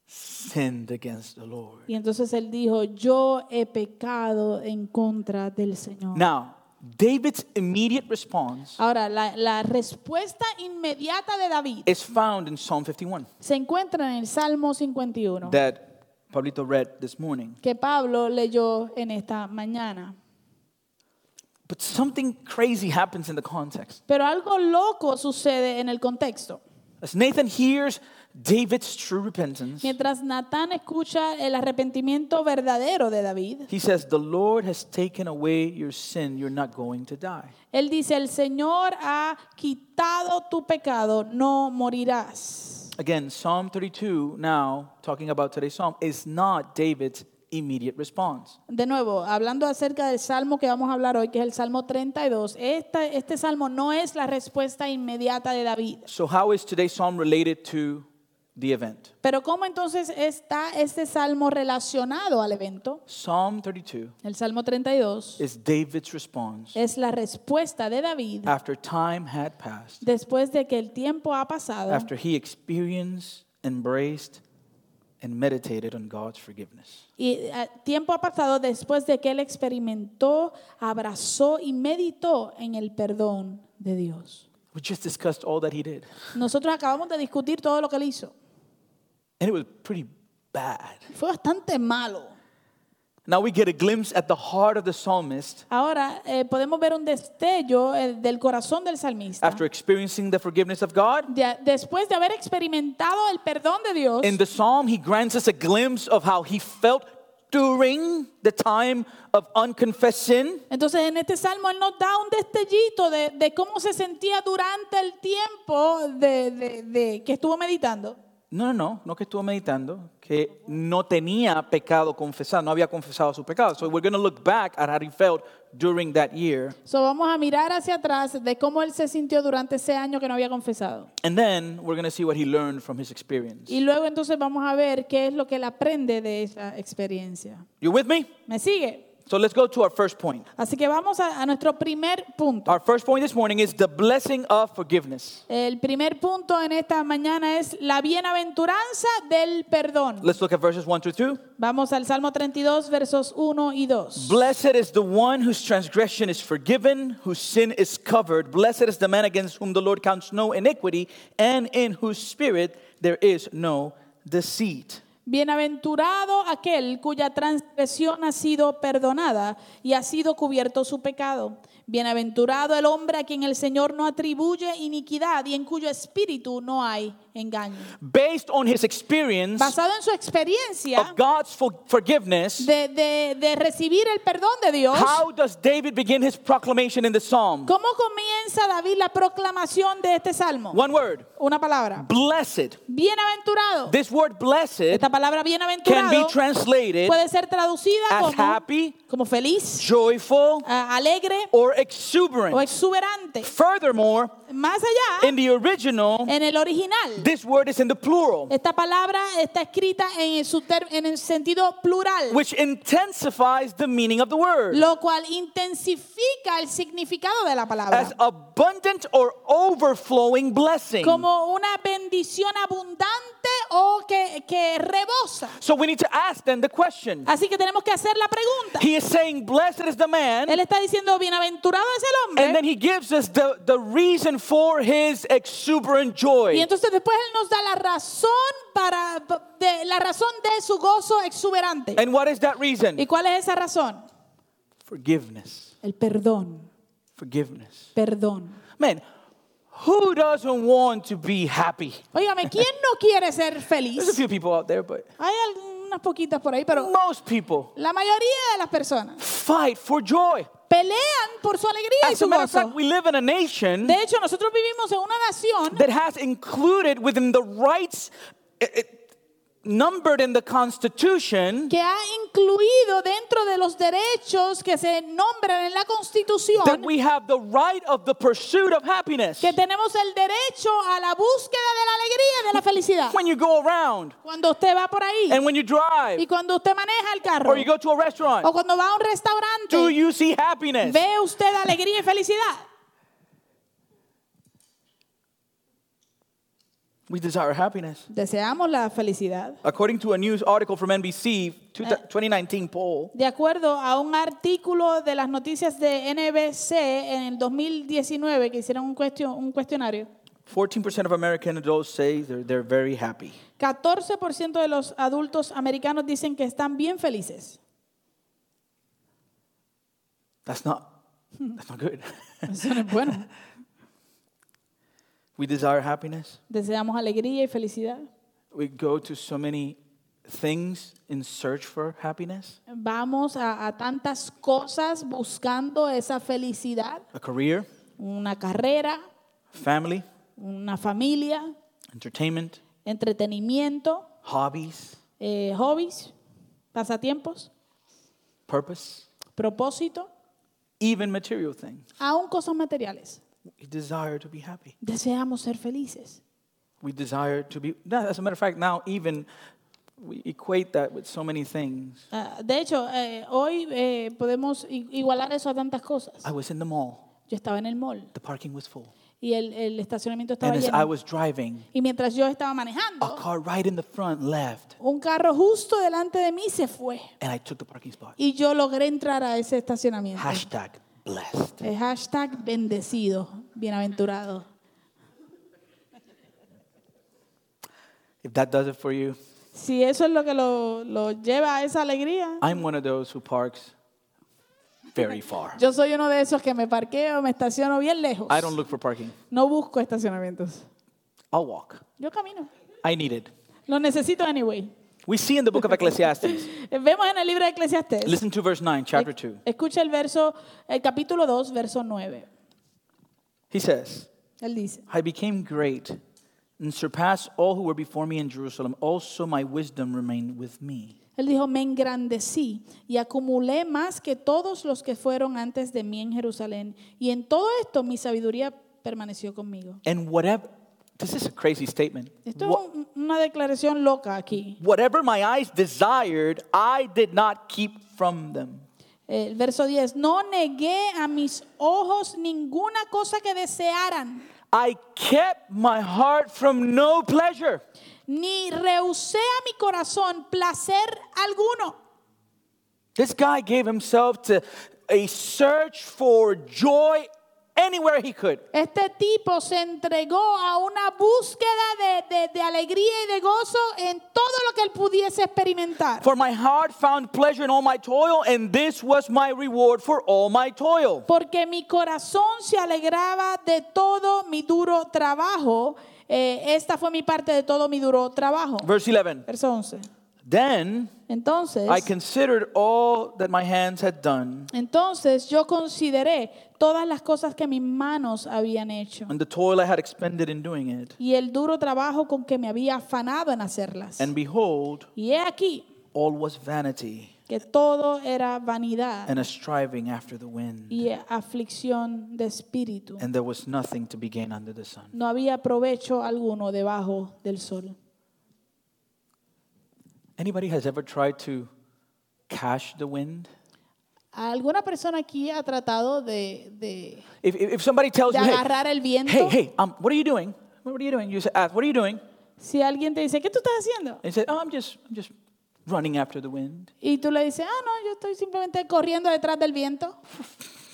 Speaker 2: sinned against the Lord.
Speaker 3: Y entonces él dijo, yo he pecado en contra del Señor.
Speaker 2: Now, David's immediate response
Speaker 3: Ahora, la, la respuesta inmediata de David
Speaker 2: is found in Psalm 51
Speaker 3: se encuentra en el Salmo 51,
Speaker 2: that Pablito read this morning.
Speaker 3: que Pablo leyó en esta mañana.
Speaker 2: But something crazy happens in the context.
Speaker 3: Pero algo loco sucede en el contexto.
Speaker 2: As Nathan hears David's true repentance,
Speaker 3: Mientras Natán escucha el arrepentimiento verdadero de David,
Speaker 2: he says, The Lord has taken away your sin, you're not going to die.
Speaker 3: él dice, el Señor ha quitado tu pecado, no morirás.
Speaker 2: Again, Psalm 32, now talking about today's psalm, is not David's immediate response.
Speaker 3: De nuevo, hablando acerca del salmo que vamos a hablar hoy, que es el Salmo 32, esta- este salmo no es la respuesta inmediata de David.
Speaker 2: So, how is today's psalm related to the event?
Speaker 3: Pero ¿cómo entonces está este salmo relacionado al evento?
Speaker 2: Psalm 32
Speaker 3: El Salmo 32
Speaker 2: is David's response
Speaker 3: es la respuesta de David
Speaker 2: after time had passed,
Speaker 3: después de que el tiempo ha pasado
Speaker 2: after he experienced, embraced, and meditated on God's forgiveness.
Speaker 3: Y eh, tiempo ha pasado después de que él experimentó, abrazó y meditó en el perdón de Dios.
Speaker 2: We just discussed all that he did,
Speaker 3: Nosotros acabamos de discutir todo lo que él hizo.
Speaker 2: and it was pretty bad.
Speaker 3: Fue bastante malo.
Speaker 2: Now we get a glimpse at the heart of the psalmist
Speaker 3: Ahora eh, podemos ver un destello eh, del corazón del salmista.
Speaker 2: after experiencing the forgiveness of God.
Speaker 3: De- después de haber experimentado el perdón de Dios,
Speaker 2: In the psalm, he grants us a glimpse of how he felt during the time of unconfessed sin.
Speaker 3: entonces en este salmo él nos da un destellito de, de cómo se sentía durante el tiempo de- de- de que estuvo meditando.
Speaker 2: No, no, no, no que estuvo meditando, que no tenía pecado confesado, no había confesado su pecado. So we're going to look back at how he felt during that year.
Speaker 3: So vamos a mirar hacia atrás de cómo él se sintió durante ese año que no había confesado.
Speaker 2: And then we're going to see what he learned from his experience.
Speaker 3: Y luego entonces vamos a ver qué es lo que él aprende de esa experiencia.
Speaker 2: You with me?
Speaker 3: ¿Me sigue?
Speaker 2: So let's go to our first point.
Speaker 3: Así que vamos a, a nuestro primer punto.
Speaker 2: Our first point this morning is the blessing of forgiveness.
Speaker 3: El primer punto en esta mañana es la bienaventuranza del perdón.
Speaker 2: Let's look at verses 1 through 2.
Speaker 3: Vamos al Salmo 32, versos 1 y 2.
Speaker 2: Blessed is the one whose transgression is forgiven, whose sin is covered. Blessed is the man against whom the Lord counts no iniquity, and in whose spirit there is no deceit.
Speaker 3: Bienaventurado aquel cuya transgresión ha sido perdonada y ha sido cubierto su pecado. Bienaventurado el hombre a quien el Señor no atribuye iniquidad y en cuyo espíritu no hay engaño.
Speaker 2: Based on his experience
Speaker 3: Basado en su experiencia
Speaker 2: of God's for- forgiveness,
Speaker 3: de, de- de recibir el perdón de Dios,
Speaker 2: how does David begin his proclamation in the psalm?
Speaker 3: ¿cómo comienza David la proclamación de este salmo?
Speaker 2: One word
Speaker 3: Una palabra.
Speaker 2: blessed.
Speaker 3: Bienaventurado.
Speaker 2: This word blessed
Speaker 3: Esta palabra
Speaker 2: can be
Speaker 3: bienaventurado
Speaker 2: translated
Speaker 3: puede ser traducida
Speaker 2: as
Speaker 3: como,
Speaker 2: happy,
Speaker 3: como feliz,
Speaker 2: joyful,
Speaker 3: a- alegre.
Speaker 2: or
Speaker 3: o Ah.
Speaker 2: exuberant.
Speaker 3: exuberante.
Speaker 2: Furthermore,
Speaker 3: Más allá,
Speaker 2: in the original,
Speaker 3: en el original,
Speaker 2: this word is in the plural.
Speaker 3: esta palabra está escrita en su ter- en el sentido plural,
Speaker 2: which intensifies the meaning of the word
Speaker 3: Eh. lo cual intensifica el significado de la
Speaker 2: as
Speaker 3: palabra.
Speaker 2: abundant or overflowing blessing.
Speaker 3: Como una bendición abundante o que, que rebosa.
Speaker 2: So we need to ask then the question.
Speaker 3: Así que tenemos que hacer la pregunta.
Speaker 2: He is saying, Blessed is the man,
Speaker 3: Él está diciendo, bienaventurado es el
Speaker 2: and
Speaker 3: hombre.
Speaker 2: then he gives us the, the reason for his exuberant
Speaker 3: Y
Speaker 2: joy.
Speaker 3: entonces después él nos da la razón para de- la razón de su gozo exuberante.
Speaker 2: And what is that reason?
Speaker 3: ¿Y cuál es esa razón?
Speaker 2: Forgiveness.
Speaker 3: El perdón,
Speaker 2: forgiveness.
Speaker 3: perdón.
Speaker 2: Man, who doesn't want to be happy?
Speaker 3: Óigame, ¿quién no quiere ser
Speaker 2: There's a
Speaker 3: feliz?
Speaker 2: few people out there, but
Speaker 3: Hay algunas poquitas por ahí, pero
Speaker 2: most people
Speaker 3: la mayoría de las personas
Speaker 2: fight for joy.
Speaker 3: pelean por su alegría
Speaker 2: As
Speaker 3: y
Speaker 2: a
Speaker 3: su
Speaker 2: matter of
Speaker 3: gozo.
Speaker 2: fact, we live in a nation
Speaker 3: De hecho, nosotros vivimos en una nación
Speaker 2: that has included within the rights eh, eh, numbered in the Constitution
Speaker 3: que ha incluido dentro de los derechos que se nombran en la
Speaker 2: that
Speaker 3: Constitución
Speaker 2: we have the right of the pursuit of happiness.
Speaker 3: que tenemos el derecho a la búsqueda de la alegría y de la felicidad.
Speaker 2: When you go around
Speaker 3: Cuando usted va por ahí
Speaker 2: and when you
Speaker 3: y
Speaker 2: drive
Speaker 3: cuando usted maneja el carro
Speaker 2: or you go to a
Speaker 3: o
Speaker 2: restaurant,
Speaker 3: cuando va a un
Speaker 2: do
Speaker 3: restaurante,
Speaker 2: you see happiness?
Speaker 3: ve usted alegría y felicidad.
Speaker 2: We desire happiness.
Speaker 3: Deseamos la felicidad.
Speaker 2: According to a news article from NBC, two- 2019 poll,
Speaker 3: De acuerdo a un artículo de las noticias de NBC en el 2019 que hicieron un, cuestio- un cuestionario,
Speaker 2: 14% of American adults say they're, they're very happy.
Speaker 3: 14% de los adultos americanos dicen que están bien felices.
Speaker 2: That's not, that's not good.
Speaker 3: Eso no es bueno.
Speaker 2: we desire happiness.
Speaker 3: Deseamos alegría y felicidad.
Speaker 2: We go to so many things in search for happiness
Speaker 3: Vamos a, a tantas cosas buscando esa felicidad,
Speaker 2: a career,
Speaker 3: una carrera,
Speaker 2: family,
Speaker 3: una familia,
Speaker 2: entertainment,
Speaker 3: entretenimiento,
Speaker 2: hobbies,
Speaker 3: eh, hobbies, pasatiempos,
Speaker 2: purpose,
Speaker 3: propósito,
Speaker 2: even material things.
Speaker 3: aún cosas materiales.
Speaker 2: We desire to be happy.
Speaker 3: Deseamos ser felices.
Speaker 2: We desire to be, no, as a matter of fact, now even we equate that with so many things.
Speaker 3: Ah, de hecho, eh, hoy eh, podemos i- igualar eso a tantas cosas.
Speaker 2: I was in the mall,
Speaker 3: Yo estaba en el mall
Speaker 2: the parking was full.
Speaker 3: y el, el estacionamiento estaba
Speaker 2: And as I
Speaker 3: lleno.
Speaker 2: was driving,
Speaker 3: Y mientras yo estaba
Speaker 2: a
Speaker 3: manejando,
Speaker 2: car right in the front left,
Speaker 3: un carro justo delante de mí se fue
Speaker 2: and I took the parking spot.
Speaker 3: y yo logré entrar a ese estacionamiento.
Speaker 2: Hashtag blessed.
Speaker 3: Eh, hashtag bendecido, bienaventurado.
Speaker 2: If that does it for you,
Speaker 3: Si eso es lo que lo, lo lleva a esa alegría,
Speaker 2: I'm one of those who parks very far.
Speaker 3: yo soy uno de esos que me parqueo, me estaciono bien lejos.
Speaker 2: I don't look for parking.
Speaker 3: No busco estacionamientos.
Speaker 2: I'll walk.
Speaker 3: Yo camino.
Speaker 2: I need it.
Speaker 3: Lo necesito anyway.
Speaker 2: We see in the book of Ecclesiastes.
Speaker 3: Eh, Vemos en el libro de Eclesiastés.
Speaker 2: Listen to verse 9, chapter
Speaker 3: Ec-
Speaker 2: 2.
Speaker 3: Escucha el verso, el capítulo 2, verso 9.
Speaker 2: He says,
Speaker 3: Él dice,
Speaker 2: I became great and surpassed all who were before me in Jerusalem. Also, my wisdom remained with me.
Speaker 3: él dijo, me engrandecí y acumulé más que todos los que fueron antes de mí en Jerusalén. Y en todo esto mi sabiduría permaneció conmigo.
Speaker 2: And whatever, this is a crazy statement.
Speaker 3: Esto
Speaker 2: Wha-
Speaker 3: es un- una declaración loca aquí.
Speaker 2: whatever my eyes desired, I did not keep from them.
Speaker 3: El verso 10, no negué a mis ojos ninguna cosa que desearan,
Speaker 2: I kept my heart from no pleasure.
Speaker 3: ni rehusé a mi corazón placer alguno.
Speaker 2: This guy gave himself to a search for joy anywhere he could.
Speaker 3: Este tipo se entregó a una búsqueda de, de- de alegría y de gozo en todo lo que él pudiese experimentar.
Speaker 2: For my heart found pleasure in all my toil, and this was my reward for all my toil.
Speaker 3: Porque mi corazón se alegraba de todo mi duro trabajo. Eh, esta fue mi parte de todo mi duro trabajo.
Speaker 2: Verse 11
Speaker 3: Verso 11.
Speaker 2: Then
Speaker 3: Entonces,
Speaker 2: I considered all that my hands had done,
Speaker 3: entonces yo consideré todas las cosas que mis manos habían hecho
Speaker 2: and the toil I had expended in doing it.
Speaker 3: y el duro trabajo con que me había afanado en hacerlas.
Speaker 2: And behold,
Speaker 3: Y he aquí
Speaker 2: all was vanity
Speaker 3: que todo era vanidad.
Speaker 2: and a striving after the wind,
Speaker 3: y aflicción de espíritu.
Speaker 2: and there was nothing to be gained under the sun.
Speaker 3: No había provecho alguno debajo del sol.
Speaker 2: Anybody has ever tried to cash the wind?
Speaker 3: ¿Alguna persona aquí ha tratado de, de-
Speaker 2: If, if if somebody tells
Speaker 3: de
Speaker 2: you,
Speaker 3: agarrar
Speaker 2: hey,
Speaker 3: el viento?
Speaker 2: hey, hey, um, what are you doing? What are you doing? You say, ask, what are you doing?
Speaker 3: Si alguien te dice, ¿qué tú estás haciendo?
Speaker 2: And you say, oh, I'm just, I'm just running after the wind.
Speaker 3: Y tú le dices, ah, no, yo estoy simplemente corriendo detrás del viento.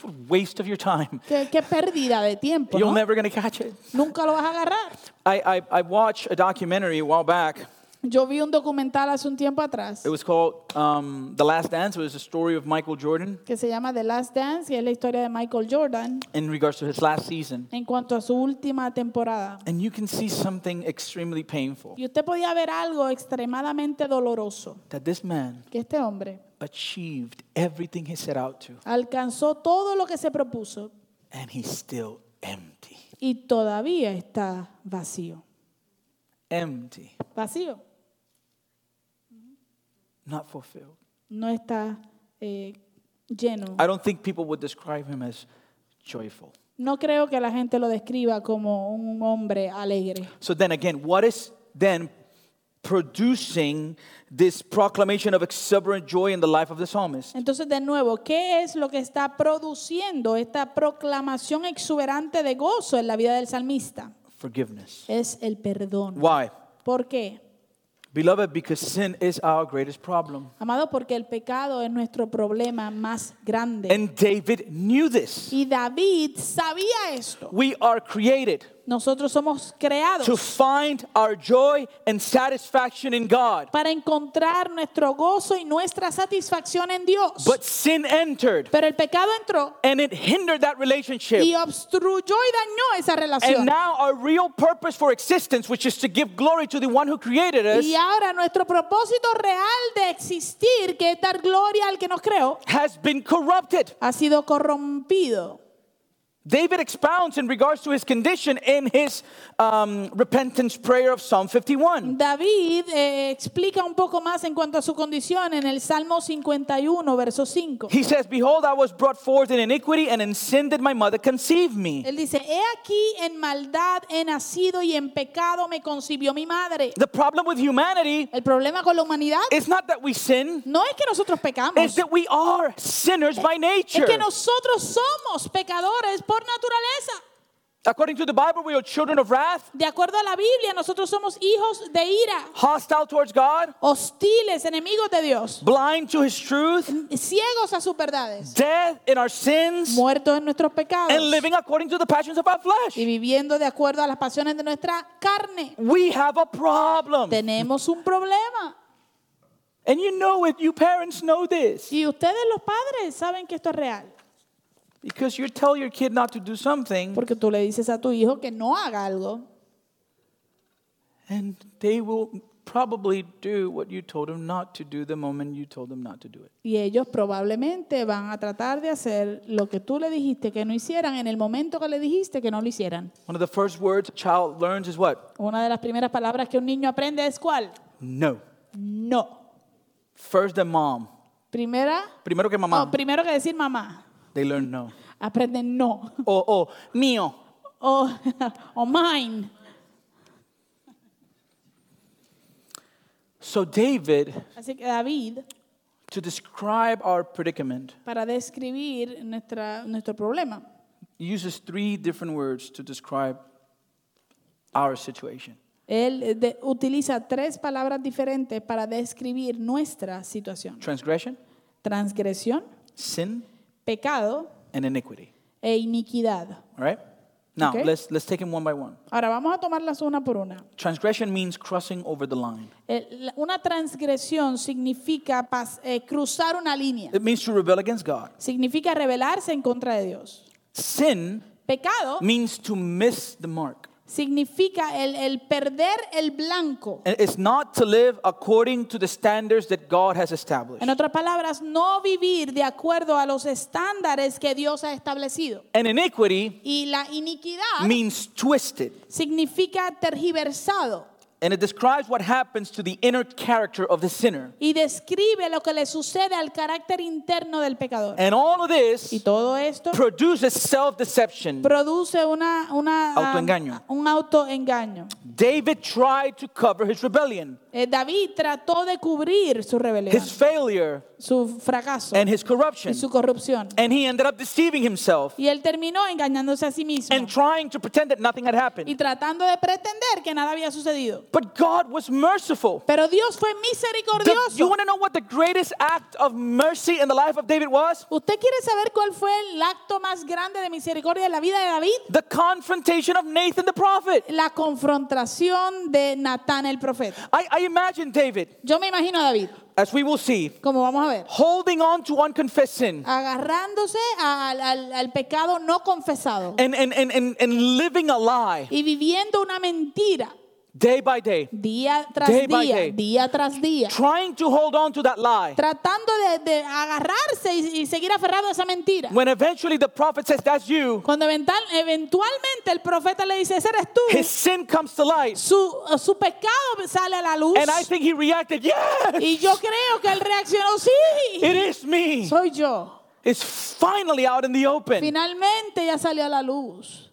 Speaker 2: What a waste of your time.
Speaker 3: Qué, qué pérdida de tiempo.
Speaker 2: You're
Speaker 3: ¿no?
Speaker 2: never going to catch it.
Speaker 3: Nunca lo vas a agarrar.
Speaker 2: I, I, I watched a documentary a while back
Speaker 3: Yo vi un documental hace un tiempo atrás
Speaker 2: It was called um, The Last Dance. It was the story of Michael Jordan
Speaker 3: que se llama The Last Dance y es la historia de Michael Jordan
Speaker 2: in regards to his last season.
Speaker 3: en cuanto a su última temporada.
Speaker 2: And you can see something extremely painful
Speaker 3: Y usted podía ver algo extremadamente doloroso,
Speaker 2: that this man
Speaker 3: que este hombre
Speaker 2: achieved everything he set out to,
Speaker 3: alcanzó todo lo que se propuso
Speaker 2: and he's still empty.
Speaker 3: y todavía está vacío.
Speaker 2: Empty,
Speaker 3: Vacío,
Speaker 2: not fulfilled.
Speaker 3: no está eh, lleno.
Speaker 2: I don't think people would describe him as joyful.
Speaker 3: No creo que la gente lo describa como un hombre alegre.
Speaker 2: So then again, what is then producing this proclamation of exuberant joy in the life of the psalmist?
Speaker 3: Entonces, de nuevo, ¿qué es lo que está produciendo esta proclamación exuberante de gozo en la vida del salmista?
Speaker 2: Forgiveness.
Speaker 3: Es el perdón.
Speaker 2: Why?
Speaker 3: ¿Por qué?
Speaker 2: Beloved, because sin is our greatest problem.
Speaker 3: Amado, porque el pecado es nuestro problema más grande.
Speaker 2: And David knew this.
Speaker 3: Y David sabía esto.
Speaker 2: We are created
Speaker 3: Nosotros somos
Speaker 2: to
Speaker 3: creados
Speaker 2: find our joy and satisfaction in God.
Speaker 3: para encontrar nuestro gozo y nuestra satisfacción en Dios.
Speaker 2: But sin entered
Speaker 3: Pero el pecado entró
Speaker 2: and it hindered that relationship.
Speaker 3: y obstruyó y dañó esa
Speaker 2: And
Speaker 3: relación.
Speaker 2: now our real purpose for existence, which is to give glory to the one who created us,
Speaker 3: Y ahora nuestro propósito real de existir, que es dar gloria al que nos creó,
Speaker 2: has been corrupted.
Speaker 3: ha sido corrompido.
Speaker 2: David expounds in regards to his condition in his um, repentance prayer of Psalm 51.
Speaker 3: David eh, explica un poco más en cuanto a su condición en el Salmo 51, verso 5.
Speaker 2: He says, Behold, I was brought forth in iniquity, and in sin did my mother conceive me.
Speaker 3: Él dice, he aquí en maldad he nacido y en pecado me concibió mi madre.
Speaker 2: The problem with humanity
Speaker 3: El problema con la humanidad
Speaker 2: is not that we sin,
Speaker 3: no es que nosotros
Speaker 2: it's
Speaker 3: pecamos,
Speaker 2: that we are sinners by
Speaker 3: es
Speaker 2: nature.
Speaker 3: que nosotros somos pecadores por naturaleza.
Speaker 2: According to the Bible, we are children of wrath,
Speaker 3: De acuerdo a la Biblia, nosotros somos hijos de ira,
Speaker 2: hostile towards God,
Speaker 3: hostiles, enemigos de Dios,
Speaker 2: blind to his truth,
Speaker 3: ciegos a sus verdades,
Speaker 2: dead in our sins,
Speaker 3: muertos en nuestros pecados
Speaker 2: and living according to the passions of our
Speaker 3: y
Speaker 2: flesh.
Speaker 3: viviendo de acuerdo a las pasiones de nuestra carne.
Speaker 2: We have a problem.
Speaker 3: Tenemos un problema.
Speaker 2: And you know it, you parents know this.
Speaker 3: Y ustedes los padres saben que esto es real,
Speaker 2: Because you tell your kid not to do something,
Speaker 3: porque tú le dices a tu hijo que no haga algo
Speaker 2: and they will probably do what you told them not to do the moment you told them not to do it.
Speaker 3: y ellos probablemente van a tratar de hacer lo que tú le dijiste que no hicieran en el momento que le dijiste que no lo hicieran.
Speaker 2: One of the first words a child learns is what?
Speaker 3: Una de las primeras palabras que un niño aprende es cuál?
Speaker 2: No.
Speaker 3: No.
Speaker 2: First, the mom.
Speaker 3: Primera,
Speaker 2: Primero que
Speaker 3: no,
Speaker 2: mamá.
Speaker 3: primero que decir mamá,
Speaker 2: They learn no.
Speaker 3: aprenden no
Speaker 2: Oh, oh, mío.
Speaker 3: o, o mine.
Speaker 2: So, David,
Speaker 3: Así que David,
Speaker 2: to describe our predicament,
Speaker 3: para describir nuestra, nuestro problema,
Speaker 2: uses three different words to describe our situation.
Speaker 3: él eh, de- utiliza tres palabras diferentes para describir nuestra situación.
Speaker 2: Transgression,
Speaker 3: transgresión,
Speaker 2: sin,
Speaker 3: pecado
Speaker 2: and iniquity.
Speaker 3: e iniquidad.
Speaker 2: All right? Now,
Speaker 3: Okay.
Speaker 2: let's, let's take them one by one.
Speaker 3: Ahora vamos a tomarlas una por una.
Speaker 2: Transgression means crossing over the line.
Speaker 3: Eh, la- Una transgresión significa pas- eh, cruzar una línea,
Speaker 2: It means to rebel against God.
Speaker 3: significa rebelarse en contra de Dios.
Speaker 2: Sin
Speaker 3: Pecado
Speaker 2: means to miss the mark.
Speaker 3: significa el, el perder el blanco.
Speaker 2: And It's not to live according to the standards that God has established.
Speaker 3: En otras palabras, no vivir de acuerdo a los estándares que Dios ha establecido.
Speaker 2: And iniquity
Speaker 3: Y la iniquidad
Speaker 2: means twisted.
Speaker 3: significa tergiversado
Speaker 2: And it describes what happens to the inner character of the sinner.
Speaker 3: y describe lo que le sucede al carácter interno del pecador.
Speaker 2: And all of
Speaker 3: Y
Speaker 2: this
Speaker 3: todo esto
Speaker 2: produces self deception.
Speaker 3: produce una, una um,
Speaker 2: Autoengaño.
Speaker 3: un autoengaño.
Speaker 2: David tried to cover his rebellion,
Speaker 3: Eh, David trató de cubrir su rebelión,
Speaker 2: his failure,
Speaker 3: su fracaso
Speaker 2: and his
Speaker 3: y
Speaker 2: corruption.
Speaker 3: su corrupción.
Speaker 2: And he ended up deceiving himself
Speaker 3: Y él terminó engañándose a sí mismo
Speaker 2: and trying to pretend that nothing had happened.
Speaker 3: y tratando de pretender que nada había sucedido.
Speaker 2: But God was merciful.
Speaker 3: Pero Dios fue
Speaker 2: The- you
Speaker 3: misericordioso.
Speaker 2: want to know what the greatest act of mercy in the life of David was?
Speaker 3: ¿Usted quiere saber cuál fue el acto más grande de misericordia en la vida de David?
Speaker 2: The confrontation of Nathan the prophet.
Speaker 3: La confrontación de Natán el profeta.
Speaker 2: I, I imagine David,
Speaker 3: Yo me imagino a David,
Speaker 2: as we will see,
Speaker 3: como vamos a ver,
Speaker 2: holding on to unconfessed sin
Speaker 3: agarrándose al, al- al pecado no confesado
Speaker 2: and, and, and, and, and living a lie
Speaker 3: y viviendo una mentira
Speaker 2: day by day,
Speaker 3: día tras
Speaker 2: Day by
Speaker 3: día,
Speaker 2: day.
Speaker 3: día tras día,
Speaker 2: trying to hold on to that lie.
Speaker 3: tratando de, de agarrarse y, y seguir aferrado a esa mentira.
Speaker 2: When eventually the prophet says, That's you,
Speaker 3: Cuando eventual- eventualmente el profeta le dice, ese eres tú,
Speaker 2: his sin comes to light.
Speaker 3: su, su pecado sale a la luz.
Speaker 2: And I think he reacted, Yes,
Speaker 3: Y yo creo que él reaccionó, sí,
Speaker 2: it is me.
Speaker 3: soy yo.
Speaker 2: It's finally out in the open.
Speaker 3: Finalmente ya salió a la luz.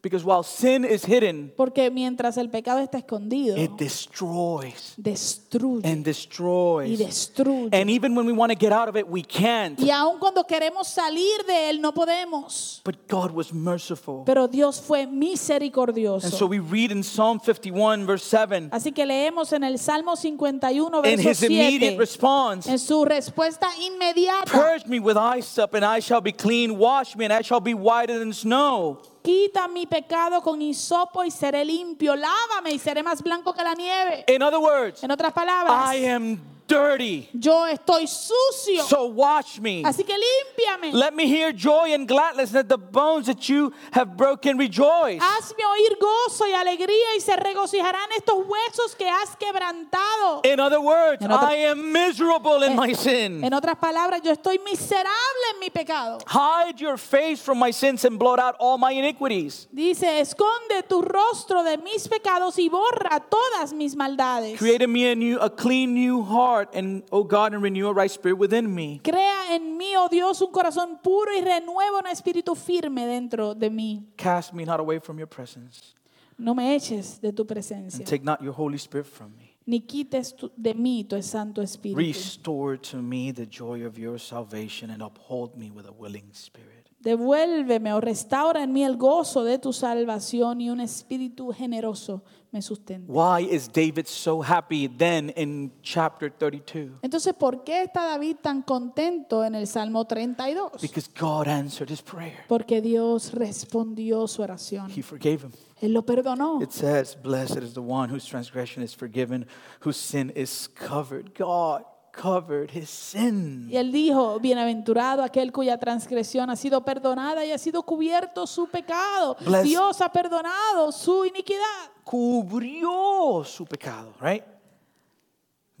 Speaker 2: Because while sin is hidden,
Speaker 3: Porque mientras el pecado está escondido,
Speaker 2: it destroys
Speaker 3: destruye
Speaker 2: and
Speaker 3: y
Speaker 2: destroys.
Speaker 3: destruye.
Speaker 2: And even when we want to get out of it, we can't.
Speaker 3: Y aun cuando queremos salir de él, no podemos.
Speaker 2: But God was merciful.
Speaker 3: Pero Dios fue
Speaker 2: And so
Speaker 3: misericordioso.
Speaker 2: we read in Psalm 51, verse 7,
Speaker 3: Así que leemos en el Salmo 51,
Speaker 2: in
Speaker 3: verso
Speaker 2: his immediate
Speaker 3: 7,
Speaker 2: response
Speaker 3: en su respuesta inmediata.
Speaker 2: Purge me with hyssop, and I shall be clean. Wash me, and I shall be whiter than snow.
Speaker 3: Quita mi pecado con hisopo y seré limpio. Lávame y seré más blanco que la nieve.
Speaker 2: In other words,
Speaker 3: En otras
Speaker 2: I
Speaker 3: palabras,
Speaker 2: am dirty,
Speaker 3: yo estoy sucio.
Speaker 2: so wash me.
Speaker 3: Así que límpiame.
Speaker 2: Let me hear joy and gladness that the bones that you have broken rejoice.
Speaker 3: Hazme oír gozo y alegría y se regocijarán estos huesos que has quebrantado.
Speaker 2: In other words,
Speaker 3: En otro-
Speaker 2: I am miserable in
Speaker 3: En-
Speaker 2: my sin.
Speaker 3: En otras palabras, yo estoy miserable en mi pecado.
Speaker 2: Hide your face from my sins and blot out all my iniquities.
Speaker 3: Dice, esconde tu rostro de mis pecados y borra todas mis maldades.
Speaker 2: Create in me a new, a clean new heart, and O God, and renew a right spirit within me.
Speaker 3: Crea en mí, oh Dios, un corazón puro y renueva un espíritu firme dentro de mí.
Speaker 2: Cast me not away from your presence,
Speaker 3: No me eches de tu
Speaker 2: and
Speaker 3: presencia,
Speaker 2: take not your Holy Spirit from me.
Speaker 3: ni quites tu- de mí tu santo espíritu.
Speaker 2: Restore to me the joy of your salvation, and uphold me with a willing spirit.
Speaker 3: Devuélveme o restaura en mí el gozo de tu salvación y un espíritu generoso me sustenta.
Speaker 2: Why is David so happy then in chapter 32?
Speaker 3: Entonces, ¿por qué está David tan contento en el Salmo 32?
Speaker 2: Because God answered his prayer.
Speaker 3: Porque Dios respondió su oración.
Speaker 2: He forgave him.
Speaker 3: Él lo perdonó.
Speaker 2: It says, Blessed is the one whose transgression is forgiven, whose sin is covered. God covered his sin.
Speaker 3: Y él dijo, bienaventurado aquel cuya transgresión ha sido perdonada y ha sido cubierto su pecado.
Speaker 2: Bless-
Speaker 3: Dios ha perdonado su iniquidad.
Speaker 2: Cubrió su pecado, right?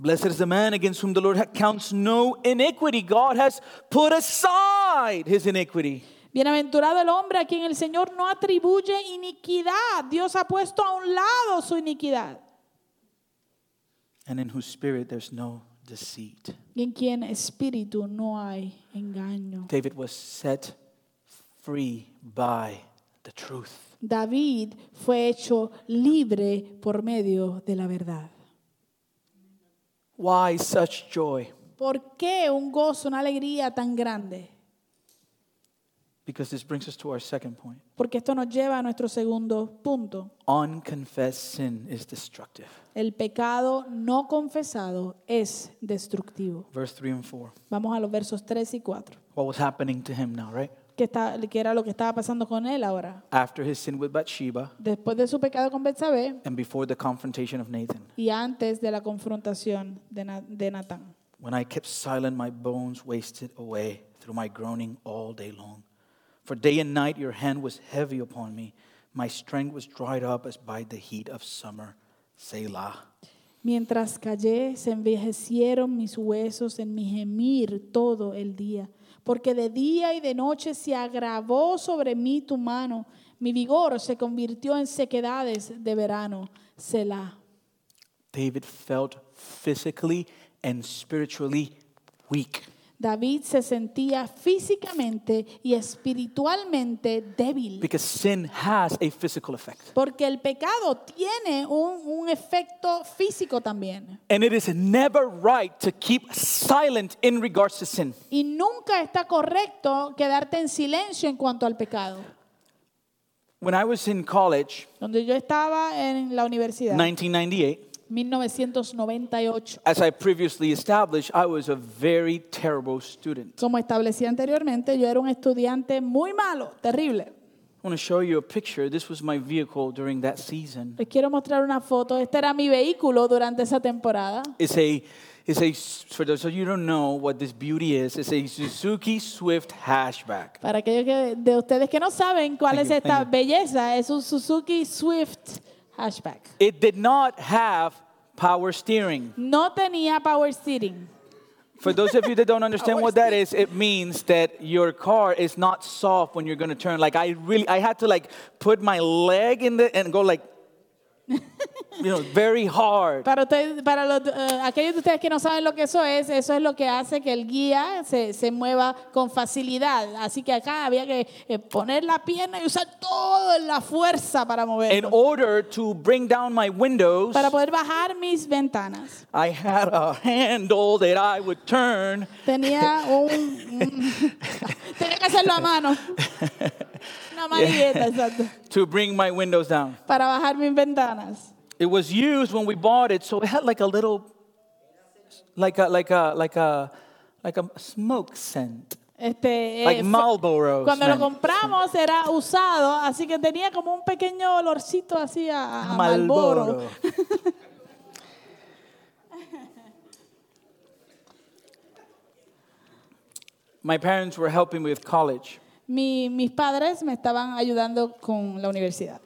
Speaker 2: Blessed is the man against whom the Lord counts no iniquity. God has put aside his iniquity.
Speaker 3: Bienaventurado el hombre a quien el Señor no atribuye iniquidad. Dios ha puesto a un lado su iniquidad.
Speaker 2: and in whose spirit there's no deceit.
Speaker 3: Y en quien espíritu no hay engaño.
Speaker 2: David was set free by the truth.
Speaker 3: David fue hecho libre por medio de la verdad.
Speaker 2: Why such joy?
Speaker 3: ¿Por qué un gozo, una alegría tan grande?
Speaker 2: Because this brings us to our second point.
Speaker 3: Porque esto nos lleva a nuestro segundo punto.
Speaker 2: Unconfessed sin is destructive.
Speaker 3: El pecado no confesado es destructivo.
Speaker 2: Verse 3 and 4.
Speaker 3: Vamos a los versos 3 y 4.
Speaker 2: What was happening to him now, right?
Speaker 3: Que, está, que era lo que estaba pasando con él ahora.
Speaker 2: After his sin with Bathsheba
Speaker 3: Después de su pecado con Betsabé
Speaker 2: and before the confrontation of Nathan.
Speaker 3: y antes de la confrontación de, Na- de Natán.
Speaker 2: When I kept silent, my bones wasted away through my groaning all day long. For day and night your hand was heavy upon me. My strength was dried up as by the heat of summer. Selah.
Speaker 3: Mientras callé, se envejecieron mis huesos en mi gemir todo el día, porque de día y de noche se agravó sobre mí tu mano, mi vigor se convirtió en sequedades de verano. Selah.
Speaker 2: David felt physically and spiritually weak.
Speaker 3: David se sentía físicamente y espiritualmente débil,
Speaker 2: Because sin has a physical effect.
Speaker 3: porque el pecado tiene un, un efecto físico también.
Speaker 2: And it is never right to keep silent in regards to sin.
Speaker 3: Y nunca está correcto quedarte en silencio en cuanto al pecado.
Speaker 2: When I was in college,
Speaker 3: Donde yo estaba en la universidad,
Speaker 2: 1998,
Speaker 3: 1998.
Speaker 2: as I previously established, I was a very terrible student.
Speaker 3: Como establecí anteriormente, yo era un estudiante muy malo, terrible.
Speaker 2: I want to show you a picture. This was my vehicle during that season.
Speaker 3: Les quiero mostrar una foto. Este era mi vehículo durante esa temporada.
Speaker 2: It's a, it's a, for those of you who don't know what this beauty is, it's a Suzuki Swift hatchback.
Speaker 3: Para aquellos que- de ustedes que no saben cuál
Speaker 2: Thank
Speaker 3: es
Speaker 2: you,
Speaker 3: esta
Speaker 2: thank you.
Speaker 3: belleza, es un Suzuki Swift Hatchback.
Speaker 2: It did not have power steering.
Speaker 3: No tenía power steering.
Speaker 2: For those of you that don't understand what that is, it means that your car is not soft when you're going to turn. Like I really, I had to like put my leg in the and go like, you know, very hard.
Speaker 3: Para, ustedes, para los, eh, aquellos de ustedes que no saben lo que eso es, eso es lo que hace que el guía se, se mueva con facilidad. Así que acá había que eh, poner la pierna y usar toda la fuerza para
Speaker 2: In
Speaker 3: moverlo.
Speaker 2: order to bring down my windows,
Speaker 3: Para poder bajar mis ventanas.
Speaker 2: I had a handle that I would turn.
Speaker 3: Tenía un... tenía que hacerlo a mano. Una manigueta, exacto.
Speaker 2: To bring my windows down.
Speaker 3: Para bajar mis ventanas.
Speaker 2: It was used when we bought it, so it had like a little, like a like a like a like a smoke scent.
Speaker 3: Este, eh,
Speaker 2: Like
Speaker 3: fue-
Speaker 2: Marlboro
Speaker 3: cuando lo
Speaker 2: smell.
Speaker 3: compramos era usado, así que tenía como un pequeño olorcito así a, a Ah, Marlboro.
Speaker 2: Marlboro. My parents were helping me with college,
Speaker 3: Mi- mis padres me estaban ayudando con la universidad,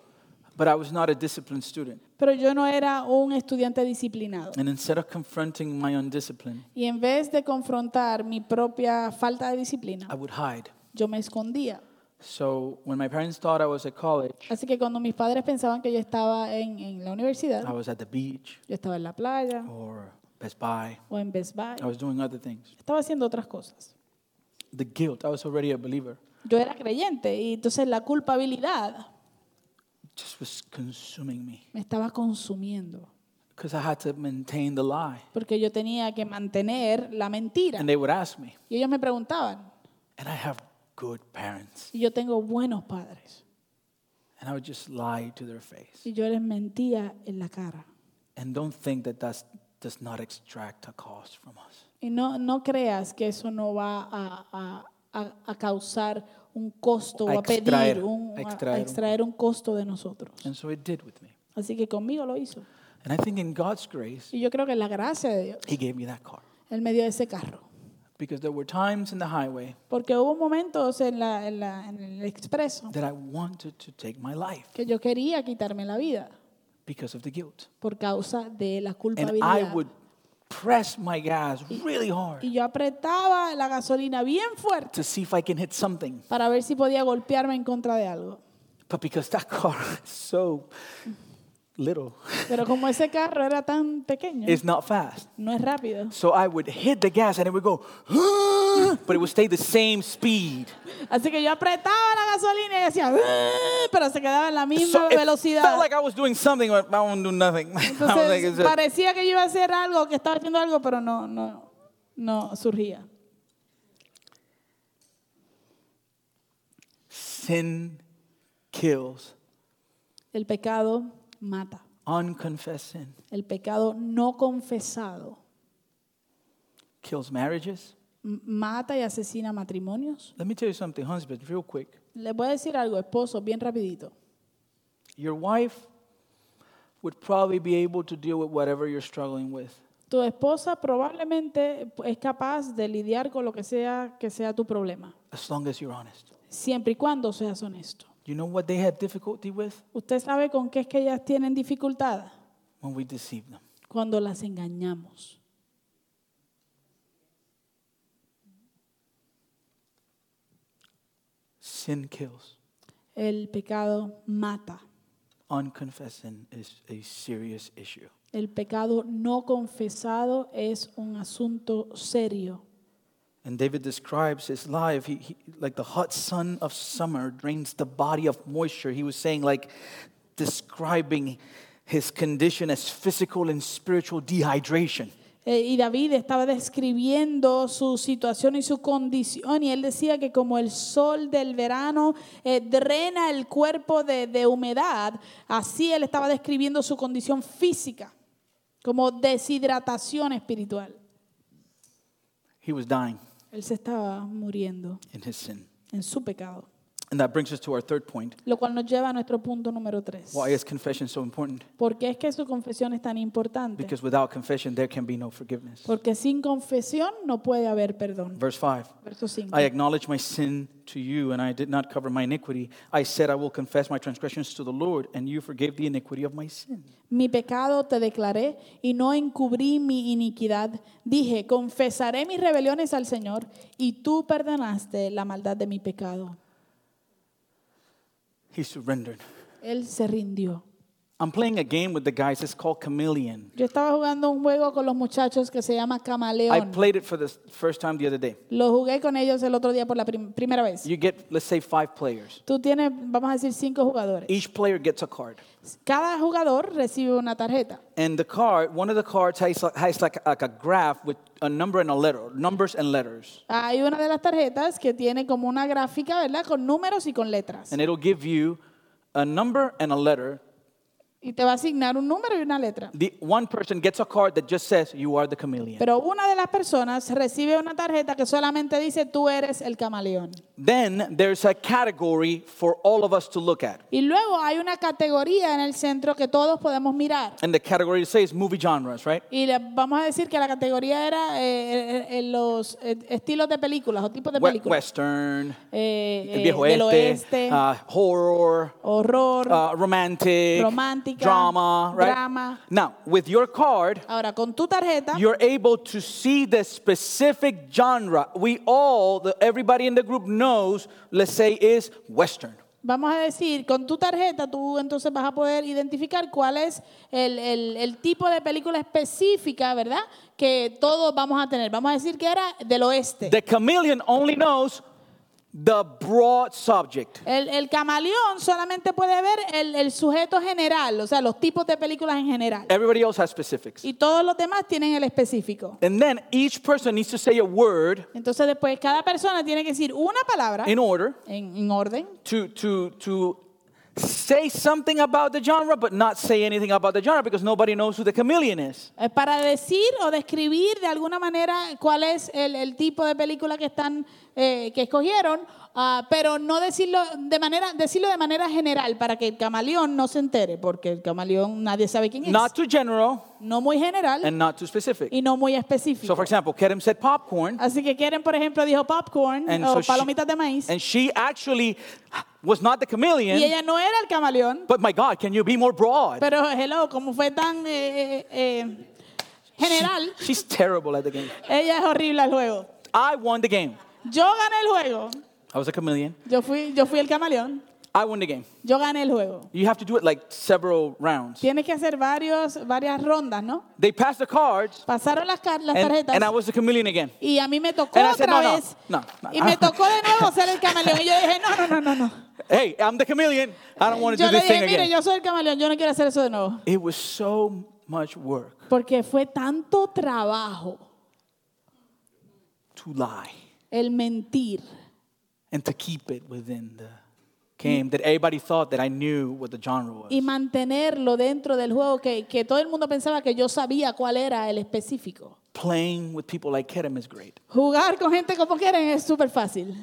Speaker 2: but I was not a disciplined student.
Speaker 3: pero yo no era un estudiante disciplinado.
Speaker 2: And instead of confronting my undiscipline,
Speaker 3: Y en vez de confrontar mi propia falta de
Speaker 2: I
Speaker 3: disciplina,
Speaker 2: would hide.
Speaker 3: yo me escondía.
Speaker 2: So when my parents thought I was at college,
Speaker 3: Así que cuando mis padres pensaban que yo estaba en, en la universidad,
Speaker 2: I was at the beach
Speaker 3: yo estaba en la playa
Speaker 2: or Best Buy.
Speaker 3: o en Best Buy,
Speaker 2: I was doing other things.
Speaker 3: estaba haciendo otras cosas.
Speaker 2: The guilt, I was already a believer,
Speaker 3: Yo era creyente y entonces la culpabilidad
Speaker 2: just was consuming me
Speaker 3: me estaba consumiendo.
Speaker 2: because I had to maintain the lie.
Speaker 3: Porque yo tenía que mantener la mentira.
Speaker 2: And they would ask me,
Speaker 3: Y ellos me preguntaban,
Speaker 2: and I have good parents.
Speaker 3: y yo tengo buenos padres.
Speaker 2: And I would just lie to their face.
Speaker 3: Y yo les mentía en la cara.
Speaker 2: And don't think that that does not extract a cost from us.
Speaker 3: Y no, no creas que eso no va a, a- a- a causar un costo
Speaker 2: A
Speaker 3: o a
Speaker 2: extraer,
Speaker 3: pedir, un,
Speaker 2: a
Speaker 3: a- a
Speaker 2: extraer un-
Speaker 3: extraer un costo de nosotros.
Speaker 2: And so it did with me.
Speaker 3: Así que conmigo lo hizo.
Speaker 2: And I think in God's grace,
Speaker 3: Y yo creo que la gracia de Dios,
Speaker 2: He gave me that car.
Speaker 3: Él me dio ese carro.
Speaker 2: Because there were times in the highway
Speaker 3: Porque hubo momentos en, la- en la- en el expreso
Speaker 2: that I wanted to take my life
Speaker 3: que yo quería quitarme la vida
Speaker 2: because of the guilt.
Speaker 3: por causa de la
Speaker 2: And I
Speaker 3: culpabilidad.
Speaker 2: would press my gas really hard
Speaker 3: Y yo apretaba la gasolina bien fuerte
Speaker 2: to see if I can hit something.
Speaker 3: para ver si podía golpearme en contra de algo.
Speaker 2: But because that car is so little,
Speaker 3: Pero como ese carro era tan pequeño,
Speaker 2: it's not fast.
Speaker 3: no es rápido.
Speaker 2: So I would hit the gas and it would go, but it would stay the same speed.
Speaker 3: Así que yo apretaba la gasolina y decía, "Ugh", pero se quedaba en la misma
Speaker 2: So it
Speaker 3: velocidad.
Speaker 2: felt like I was doing something, but I won't do nothing. I was like,
Speaker 3: Entonces
Speaker 2: it's just-
Speaker 3: parecía que yo iba a hacer algo, que estaba haciendo algo, pero no, no, no surgía.
Speaker 2: sin kills,
Speaker 3: El pecado mata.
Speaker 2: unconfessed sin
Speaker 3: El pecado no confesado
Speaker 2: kills marriages.
Speaker 3: m- mata y asesina matrimonios.
Speaker 2: Let me tell you something, husband, real quick.
Speaker 3: Les voy a decir algo, esposo, bien rapidito.
Speaker 2: Your wife would probably be able to deal with whatever you're struggling with.
Speaker 3: Tu esposa probablemente es capaz de lidiar con lo que sea que sea tu problema,
Speaker 2: As long as you're honest.
Speaker 3: siempre y cuando seas honesto.
Speaker 2: You know what they had difficulty with?
Speaker 3: Usted sabe con qué es que ellas tienen dificultad
Speaker 2: When we deceive them.
Speaker 3: cuando las engañamos.
Speaker 2: Sin kills.
Speaker 3: El pecado mata.
Speaker 2: Unconfessed sin is a serious issue.
Speaker 3: El pecado no confesado es un asunto serio.
Speaker 2: And David describes his life he, he, like the hot sun of summer drains the body of moisture. He was saying, like, describing his condition as physical and spiritual dehydration.
Speaker 3: Eh, y David estaba describiendo su situación y su condición y él decía que como el sol del verano eh, drena el cuerpo de, de humedad, así él estaba describiendo su condición física como deshidratación espiritual.
Speaker 2: He was dying
Speaker 3: Él se estaba muriendo
Speaker 2: in his sin.
Speaker 3: en su pecado.
Speaker 2: And that brings us to our third point.
Speaker 3: Lo cual nos lleva a nuestro punto número tres.
Speaker 2: Why is confession so important?
Speaker 3: ¿Por qué es que su confesión es tan importante?
Speaker 2: Because without confession, there can be no forgiveness.
Speaker 3: Porque sin confesión no puede haber perdón.
Speaker 2: Verse 5
Speaker 3: Verso 5.
Speaker 2: I acknowledge my sin to you, and I did not cover my iniquity. I said, I will confess my transgressions to the Lord, and you forgave the iniquity of my sin.
Speaker 3: Mi pecado te declaré y no encubrí mi iniquidad. Dije, confesaré mis rebeliones al Señor y tú perdonaste la maldad de mi pecado.
Speaker 2: He surrendered.
Speaker 3: Él se rindió.
Speaker 2: I'm playing a game with the guys. It's called Chameleon.
Speaker 3: Yo estaba jugando un juego con los muchachos que se llama
Speaker 2: I
Speaker 3: Camaleón.
Speaker 2: played it for the first time the other day.
Speaker 3: Lo jugué con ellos el otro día por la prim- primera vez.
Speaker 2: You get, let's say, five players.
Speaker 3: Tú tienes, vamos a decir, cinco jugadores.
Speaker 2: Each player gets a card.
Speaker 3: Cada jugador recibe una tarjeta.
Speaker 2: And the card, one of the cards has, has like, like a graph with a number and a letter, numbers and letters.
Speaker 3: Hay una de las tarjetas que tiene como una gráfica, ¿verdad? Con números y con letras.
Speaker 2: And it'll give you a number and a letter.
Speaker 3: Y te va a asignar un número y una letra.
Speaker 2: The one person gets a card that just says, You are the chameleon.
Speaker 3: Pero una de las personas recibe una tarjeta que solamente dice tú eres el camaleón.
Speaker 2: Then there's a category for all of us to look at.
Speaker 3: Y luego hay una categoría en el centro que todos podemos mirar.
Speaker 2: And the category says movie genres, right?
Speaker 3: Y le- vamos a decir que la categoría era eh, eh, eh, los eh, estilos de películas o tipos de
Speaker 2: We-
Speaker 3: películas.
Speaker 2: Western,
Speaker 3: Eh,
Speaker 2: el
Speaker 3: eh,
Speaker 2: viejo
Speaker 3: del
Speaker 2: oeste,
Speaker 3: oeste,
Speaker 2: uh, horror,
Speaker 3: horror.
Speaker 2: uh, romantic,
Speaker 3: Romántica,
Speaker 2: drama, right?
Speaker 3: drama.
Speaker 2: Now, with your card,
Speaker 3: Ahora, con tu tarjeta,
Speaker 2: you're able to see the specific genre. We all, the, everybody in the group knows, let's say, is Western.
Speaker 3: vamos a decir, con tu tarjeta tú entonces vas a poder identificar cuál es el, el- el tipo de película específica, ¿verdad? Que todos vamos a tener. Vamos a decir que era del oeste.
Speaker 2: The chameleon only knows the broad subject.
Speaker 3: El, el camaleón solamente puede ver el, el sujeto general, o sea, los tipos de películas en general.
Speaker 2: Everybody else has specifics.
Speaker 3: Y todos los demás tienen el específico.
Speaker 2: And then each person needs to say a word
Speaker 3: Entonces después cada persona tiene que decir una palabra
Speaker 2: in
Speaker 3: en,
Speaker 2: order
Speaker 3: en orden
Speaker 2: to, to, to say something about the genre, but not say anything about the genre because nobody knows who the chameleon is.
Speaker 3: eh, para decir o describir de alguna manera cuál es el, el tipo de película que están eh, que escogieron, ah, pero no decirlo de manera decirlo de manera general para que el camaleón no se entere, porque el camaleón nadie sabe quién es.
Speaker 2: Not too general
Speaker 3: no muy general
Speaker 2: and not too specific.
Speaker 3: y no muy específico.
Speaker 2: So, for example, Kerem said popcorn,
Speaker 3: Así que Keren, por ejemplo, dijo popcorn
Speaker 2: And
Speaker 3: o
Speaker 2: so she-
Speaker 3: oh, palomitas de maíz.
Speaker 2: and she actually was not the
Speaker 3: y
Speaker 2: chameleon,
Speaker 3: ella no era el camaleón.
Speaker 2: but my God, can you be more broad?
Speaker 3: Pero, hello, como fue tan eh, eh, eh, general,
Speaker 2: She- she's terrible at the game.
Speaker 3: ella es horrible al juego.
Speaker 2: I won the game.
Speaker 3: Yo gané el juego.
Speaker 2: I was a chameleon.
Speaker 3: Yo fui, yo fui el camaleón.
Speaker 2: I won the game.
Speaker 3: Yo gané el juego.
Speaker 2: You have to do it like several rounds.
Speaker 3: Tienes que hacer varios, varias rondas, ¿no?
Speaker 2: They passed the cards,
Speaker 3: Pasaron las, car- las
Speaker 2: and,
Speaker 3: tarjetas.
Speaker 2: and I was the chameleon again.
Speaker 3: y a mí me tocó
Speaker 2: And I
Speaker 3: otra
Speaker 2: said, "No, no,
Speaker 3: vez.
Speaker 2: no, no,
Speaker 3: y
Speaker 2: I
Speaker 3: me
Speaker 2: don't-
Speaker 3: tocó de nuevo ser el camaleón. Y yo dije, no, no, no, no, no.
Speaker 2: Hey, I'm the chameleon. I don't want to
Speaker 3: Yo
Speaker 2: do
Speaker 3: le
Speaker 2: this
Speaker 3: dije,
Speaker 2: thing
Speaker 3: mire,
Speaker 2: again.
Speaker 3: yo soy el camaleón, yo no quiero hacer eso de nuevo.
Speaker 2: It was so much work
Speaker 3: Porque fue tanto trabajo
Speaker 2: to lie
Speaker 3: el mentir
Speaker 2: and to keep it within the game that everybody thought that I knew what the genre was.
Speaker 3: y mantenerlo dentro del juego que, que todo el mundo pensaba que yo sabía cuál era el específico.
Speaker 2: Playing with people like Kerem is great.
Speaker 3: Jugar con gente como quieren es súper fácil.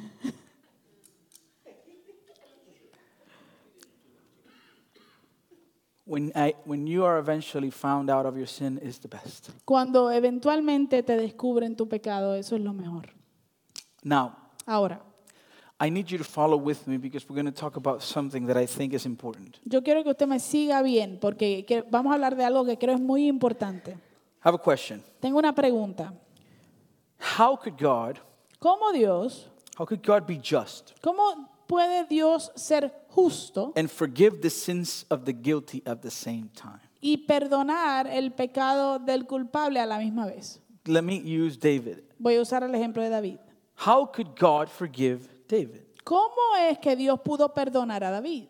Speaker 2: When, I, when you are eventually found out of your sin is the best.
Speaker 3: Cuando eventualmente te descubren tu pecado, eso es lo mejor.
Speaker 2: Now,
Speaker 3: Ahora,
Speaker 2: I need you to follow with me because we're going to talk about something that I think is important.
Speaker 3: yo quiero que usted me siga bien porque que- vamos a hablar de algo que creo es muy importante.
Speaker 2: I have a question.
Speaker 3: Tengo una pregunta.
Speaker 2: How could God,
Speaker 3: ¿Cómo Dios,
Speaker 2: how could God be just
Speaker 3: cómo puede Dios ser justo
Speaker 2: and forgive the sins of the guilty at the same time?
Speaker 3: y perdonar el pecado del culpable a la misma vez?
Speaker 2: Let me use David.
Speaker 3: Voy a usar el ejemplo de David.
Speaker 2: How could God forgive David?
Speaker 3: ¿Cómo es que Dios pudo perdonar a David?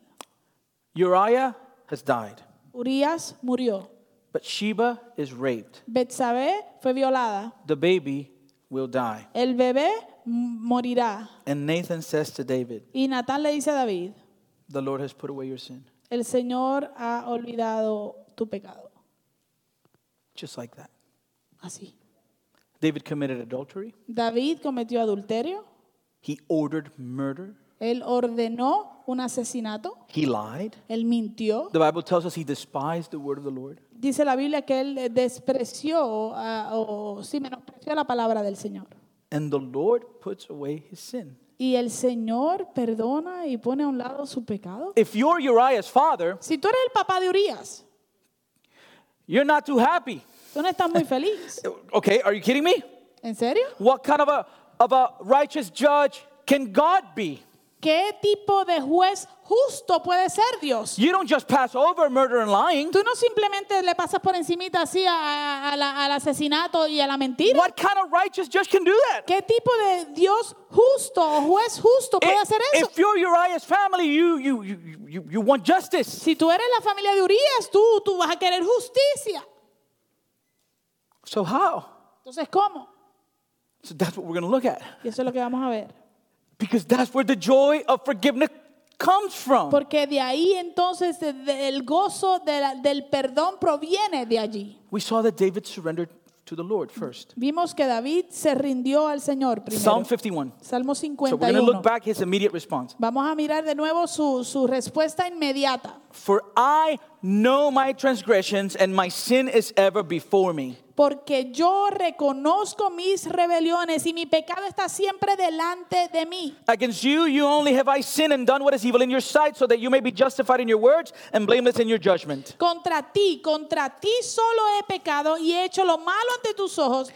Speaker 2: Uriah has died,
Speaker 3: Urias murió.
Speaker 2: but Sheba is raped.
Speaker 3: Betsabé fue violada.
Speaker 2: The baby will die.
Speaker 3: El bebé m- morirá.
Speaker 2: And Nathan says to David,
Speaker 3: Y Natán le dice a David,
Speaker 2: The Lord has put away your sin.
Speaker 3: el Señor ha olvidado tu pecado.
Speaker 2: Just like that.
Speaker 3: Así.
Speaker 2: David committed adultery.
Speaker 3: David cometió adulterio.
Speaker 2: He ordered murder.
Speaker 3: Él ordenó un asesinato,
Speaker 2: He lied.
Speaker 3: él mintió.
Speaker 2: The Bible tells us he despised the word of the Lord.
Speaker 3: Dice la Biblia que él despreció ah, o sí menospreció la palabra del Señor.
Speaker 2: And the Lord puts away his sin.
Speaker 3: Y el Señor perdona y pone a un lado su pecado.
Speaker 2: If you're Uriah's father,
Speaker 3: Si tú eres el papá de Urias,
Speaker 2: you're not too happy.
Speaker 3: tú no estás muy feliz.
Speaker 2: Okay, are you kidding me?
Speaker 3: ¿En serio?
Speaker 2: What kind of a, of a righteous judge can God be?
Speaker 3: ¿Qué tipo de juez justo puede ser Dios?
Speaker 2: You don't just pass over murder and lying.
Speaker 3: Tú no simplemente le pasas por encimita así a- a- a la- al asesinato y a la mentira.
Speaker 2: What kind of righteous judge can do that?
Speaker 3: ¿Qué tipo de Dios justo o juez justo puede
Speaker 2: I-
Speaker 3: hacer
Speaker 2: if,
Speaker 3: eso?
Speaker 2: you're Uriah's family, you, you, you, you, you want justice.
Speaker 3: Si tú eres la familia de Urias, tú, tú vas a querer justicia.
Speaker 2: So how?
Speaker 3: Entonces, ¿cómo?
Speaker 2: So that's what we're going to look at.
Speaker 3: Y eso es lo que vamos a ver.
Speaker 2: Because that's where the joy of forgiveness comes from.
Speaker 3: Porque de ahí entonces de- de- el gozo de la- del perdón proviene de allí.
Speaker 2: We saw that David surrendered to the Lord first.
Speaker 3: Vimos que David se rindió al Señor primero.
Speaker 2: Psalm 51.
Speaker 3: Salmo
Speaker 2: So we're going to
Speaker 3: 51.
Speaker 2: look back his immediate response.
Speaker 3: Vamos a mirar de nuevo su, su respuesta inmediata.
Speaker 2: For I know my transgressions and my sin is ever before me.
Speaker 3: Porque yo reconozco mis rebeliones y mi pecado está siempre delante de mí.
Speaker 2: Against you, you only have I sinned and done what is evil in your sight, so that you may be justified in your words and blameless in your judgment.
Speaker 3: Contra ti, contra ti solo he pecado y he hecho lo malo ante tus ojos.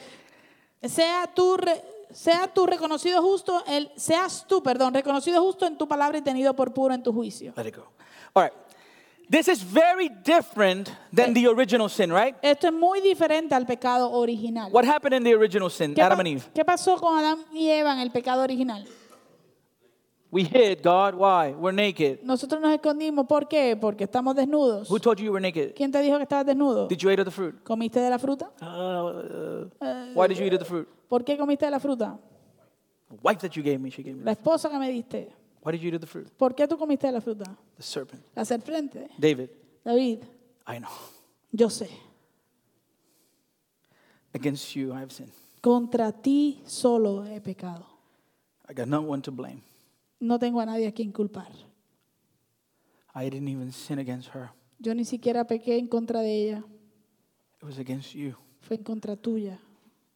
Speaker 3: Sea tú, re- sea tú reconocido justo, el, seas tú, perdón, reconocido justo en tu palabra y tenido por puro en tu juicio.
Speaker 2: Let it go. All right. This is very different than the original sin, right?
Speaker 3: Esto es muy diferente al pecado original.
Speaker 2: What happened in the original sin,
Speaker 3: ¿Qué, pa-
Speaker 2: Adam and Eve?
Speaker 3: qué pasó con Adán y Eva en el pecado original?
Speaker 2: We hid, God. Why? We're naked.
Speaker 3: Nosotros nos escondimos, ¿por qué? Porque estamos desnudos.
Speaker 2: Who told you you were naked?
Speaker 3: ¿Quién te dijo que estabas desnudo?
Speaker 2: Did you eat of the fruit?
Speaker 3: ¿Comiste de la fruta?
Speaker 2: Uh, uh, why did you eat of the fruit?
Speaker 3: ¿Por qué comiste de la fruta?
Speaker 2: The wife that you gave me, she gave me.
Speaker 3: La esposa que me diste.
Speaker 2: Why did you eat of the fruit?
Speaker 3: ¿Por qué tú comiste de la fruta?
Speaker 2: The serpent.
Speaker 3: La serpiente.
Speaker 2: David,
Speaker 3: David,
Speaker 2: I know.
Speaker 3: yo sé.
Speaker 2: Against you I have sinned.
Speaker 3: Contra ti solo he pecado.
Speaker 2: I got no one to blame.
Speaker 3: No tengo a nadie a quien culpar.
Speaker 2: I didn't even sin against her.
Speaker 3: Yo ni siquiera pequé en contra de ella.
Speaker 2: It was against you.
Speaker 3: Fue en contra tuya.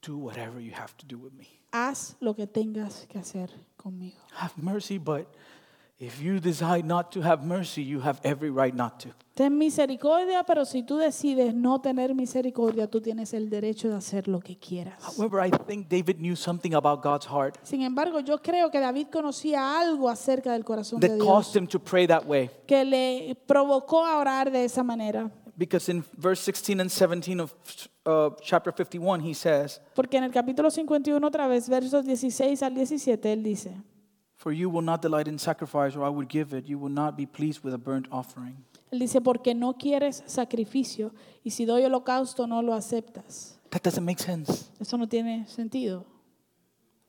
Speaker 2: Do whatever you have to do with me.
Speaker 3: Haz lo que tengas que hacer conmigo.
Speaker 2: Have mercy, but if you decide not to have mercy, you have every right not to.
Speaker 3: Ten misericordia, pero si tú decides no tener misericordia, tú tienes el derecho de hacer lo que quieras.
Speaker 2: However, I think David knew something about God's heart
Speaker 3: Sin embargo, yo creo que David conocía algo acerca del corazón de
Speaker 2: that
Speaker 3: Dios
Speaker 2: caused him to pray that way.
Speaker 3: que le provocó a orar de esa manera.
Speaker 2: Because in verse 16 and 17 of uh, chapter 51, he says,
Speaker 3: Porque en el capítulo 51, otra vez, versos 16 al 17, él dice,
Speaker 2: For you will not delight in sacrifice, or I would give it. You will not be pleased with a burnt offering.
Speaker 3: él dice, porque no quieres sacrificio y si doy holocausto no lo aceptas.
Speaker 2: That doesn't make sense.
Speaker 3: Eso no tiene sentido.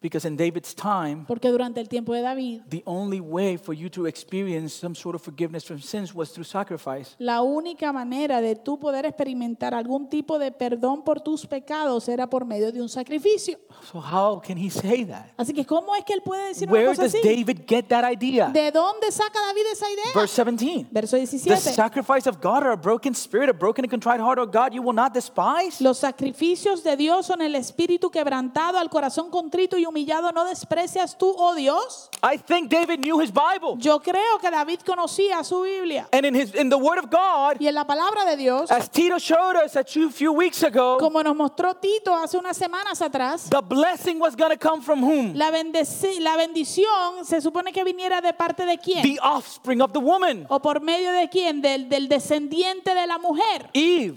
Speaker 2: Because in David's time,
Speaker 3: Porque durante el tiempo de David,
Speaker 2: the only way for you to experience some sort of forgiveness from sins was through sacrifice.
Speaker 3: la única manera de tú poder experimentar algún tipo de perdón por tus pecados era por medio de un sacrificio.
Speaker 2: So, how can he say that?
Speaker 3: Así que, ¿cómo es que él puede decir una
Speaker 2: Where
Speaker 3: cosa
Speaker 2: does
Speaker 3: así?
Speaker 2: David get that idea?
Speaker 3: ¿De dónde saca David esa idea?
Speaker 2: Verse 17.
Speaker 3: Verso
Speaker 2: The
Speaker 3: 17.
Speaker 2: sacrifice of God or a broken spirit, a broken and contrite heart, O God, you will not despise.
Speaker 3: Los sacrificios de Dios son el espíritu quebrantado, al corazón contrito y humillado no desprecias tú, oh Dios.
Speaker 2: I think David knew his Bible.
Speaker 3: Yo creo que David conocía su Biblia
Speaker 2: And in, his, in the Word of God,
Speaker 3: y en la palabra de Dios,
Speaker 2: as Tito showed us a few few weeks ago,
Speaker 3: como nos mostró Tito hace unas semanas atrás,
Speaker 2: the blessing was going to come from whom?
Speaker 3: la, bendeci- la bendición se supone que viniera de parte de quién
Speaker 2: The offspring of the woman,
Speaker 3: o por medio de quién, del, del descendiente de la mujer,
Speaker 2: Eve.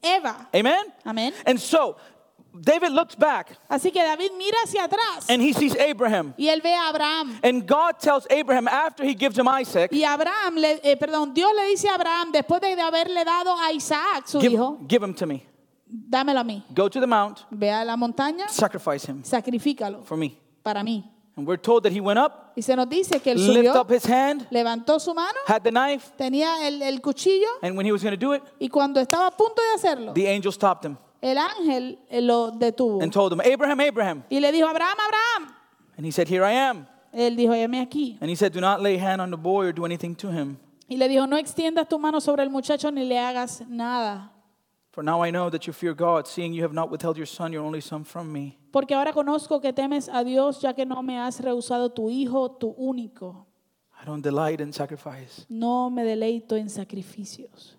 Speaker 3: Eva.
Speaker 2: Amen?
Speaker 3: Amén.
Speaker 2: And so, David looks back
Speaker 3: Así que David mira hacia atrás
Speaker 2: and he sees Abraham.
Speaker 3: y él ve a Abraham.
Speaker 2: And God tells Abraham after he gives him Isaac,
Speaker 3: Y Abraham, le- eh, perdón, Dios le dice a Abraham, después de haberle dado a Isaac, su
Speaker 2: give,
Speaker 3: hijo,
Speaker 2: give him to me.
Speaker 3: dámelo a mí.
Speaker 2: Go to the mount,
Speaker 3: Ve a la montaña,
Speaker 2: sacrifice him
Speaker 3: sacrifícalo
Speaker 2: for me.
Speaker 3: para mí.
Speaker 2: And we're told that he went up,
Speaker 3: Y se nos dice que él
Speaker 2: lifted
Speaker 3: subió,
Speaker 2: up his hand,
Speaker 3: levantó su mano,
Speaker 2: had the knife,
Speaker 3: tenía el, el cuchillo
Speaker 2: and when he was going to do it,
Speaker 3: y cuando estaba a punto de hacerlo,
Speaker 2: the angel stopped him
Speaker 3: el ángel eh, lo detuvo
Speaker 2: and told him, Abraham, Abraham.
Speaker 3: y le dijo, Abraham, Abraham.
Speaker 2: And he said, Here I am.
Speaker 3: Él dijo, heme aquí.
Speaker 2: And he said, Do not lay hand on the boy or do anything to him,
Speaker 3: Y le dijo, no extiendas tu mano sobre el muchacho ni le hagas nada.
Speaker 2: for now I know that you fear God, seeing you have not withheld your son, your only son, from me.
Speaker 3: Porque ahora conozco que temes a Dios, ya que no me has rehusado tu hijo, tu único.
Speaker 2: I don't delight in sacrifice.
Speaker 3: No me deleito en sacrificios.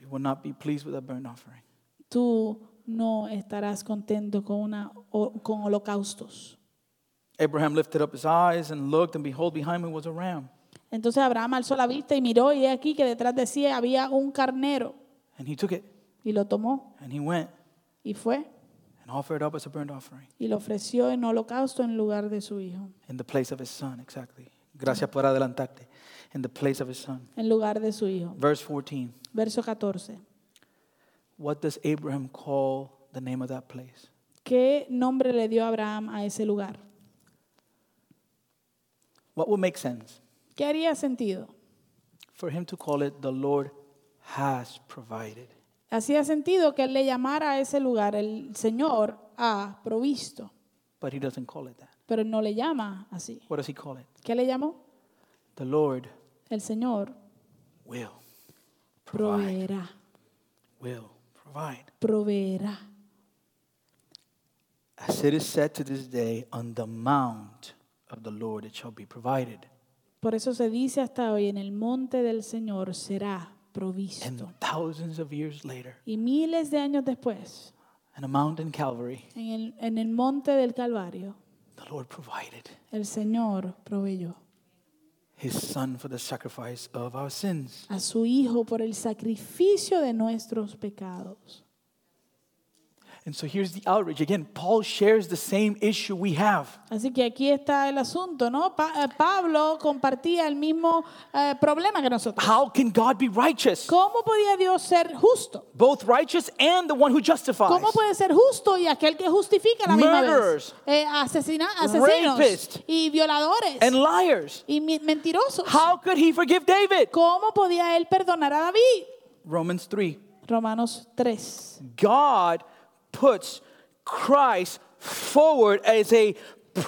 Speaker 2: You will not be pleased with a burnt offering.
Speaker 3: Tú no estarás contento con, una, o- con holocaustos.
Speaker 2: Abraham lifted up his eyes and looked, and behold, behind him was a ram.
Speaker 3: Entonces Abraham alzó la vista y miró, y he aquí que detrás de sí había un carnero.
Speaker 2: And he took it,
Speaker 3: Y lo tomó
Speaker 2: and he went
Speaker 3: y fue
Speaker 2: and offered up as a burnt offering
Speaker 3: y lo ofreció en holocausto en lugar de su hijo.
Speaker 2: in the place of his son. Exactly. Gracias por adelantarte. In the place of his son.
Speaker 3: En lugar de su hijo.
Speaker 2: Verse 14.
Speaker 3: Verso 14.
Speaker 2: What does Abraham call the name of that place?
Speaker 3: ¿Qué nombre le dio Abraham a ese lugar?
Speaker 2: What would make sense
Speaker 3: ¿Qué haría sentido?
Speaker 2: for him to call it the Lord has provided?
Speaker 3: Hacía sentido que él le llamara a ese lugar, el Señor ha provisto,
Speaker 2: But he doesn't call it that.
Speaker 3: pero él no le llama así.
Speaker 2: What does he call it?
Speaker 3: ¿Qué le llamó?
Speaker 2: The Lord
Speaker 3: El Señor
Speaker 2: will provide.
Speaker 3: proveerá,
Speaker 2: Will provide.
Speaker 3: proveerá.
Speaker 2: As it is said to this day, on the mount of the Lord it shall be provided.
Speaker 3: Por eso se dice hasta hoy, en el monte del Señor será
Speaker 2: And
Speaker 3: provisto.
Speaker 2: thousands of years later,
Speaker 3: Y miles de años después,
Speaker 2: on a mount in Calvary,
Speaker 3: en el, en el monte del Calvario,
Speaker 2: the Lord provided
Speaker 3: el Señor proveyó
Speaker 2: his son for the sacrifice of our sins.
Speaker 3: a su Hijo por el sacrificio de nuestros pecados.
Speaker 2: And so here's the outrage. Again, Paul shares the same issue we have.
Speaker 3: Así que aquí está el asunto, ¿no? Pa- eh, Pablo compartía el mismo eh, problema que nosotros.
Speaker 2: How can God be righteous?
Speaker 3: ¿Cómo podía Dios ser justo?
Speaker 2: Both righteous and the one who justifies.
Speaker 3: ¿Cómo puede ser justo y aquel que justifica a la misma vez?
Speaker 2: Murderers.
Speaker 3: Eh, asesina- asesinos
Speaker 2: Rapists.
Speaker 3: y violadores
Speaker 2: And liars.
Speaker 3: y mi- mentirosos.
Speaker 2: How could he forgive David?
Speaker 3: ¿Cómo podía él perdonar a David?
Speaker 2: Romans 3.
Speaker 3: Romanos 3.
Speaker 2: God puts Christ forward as a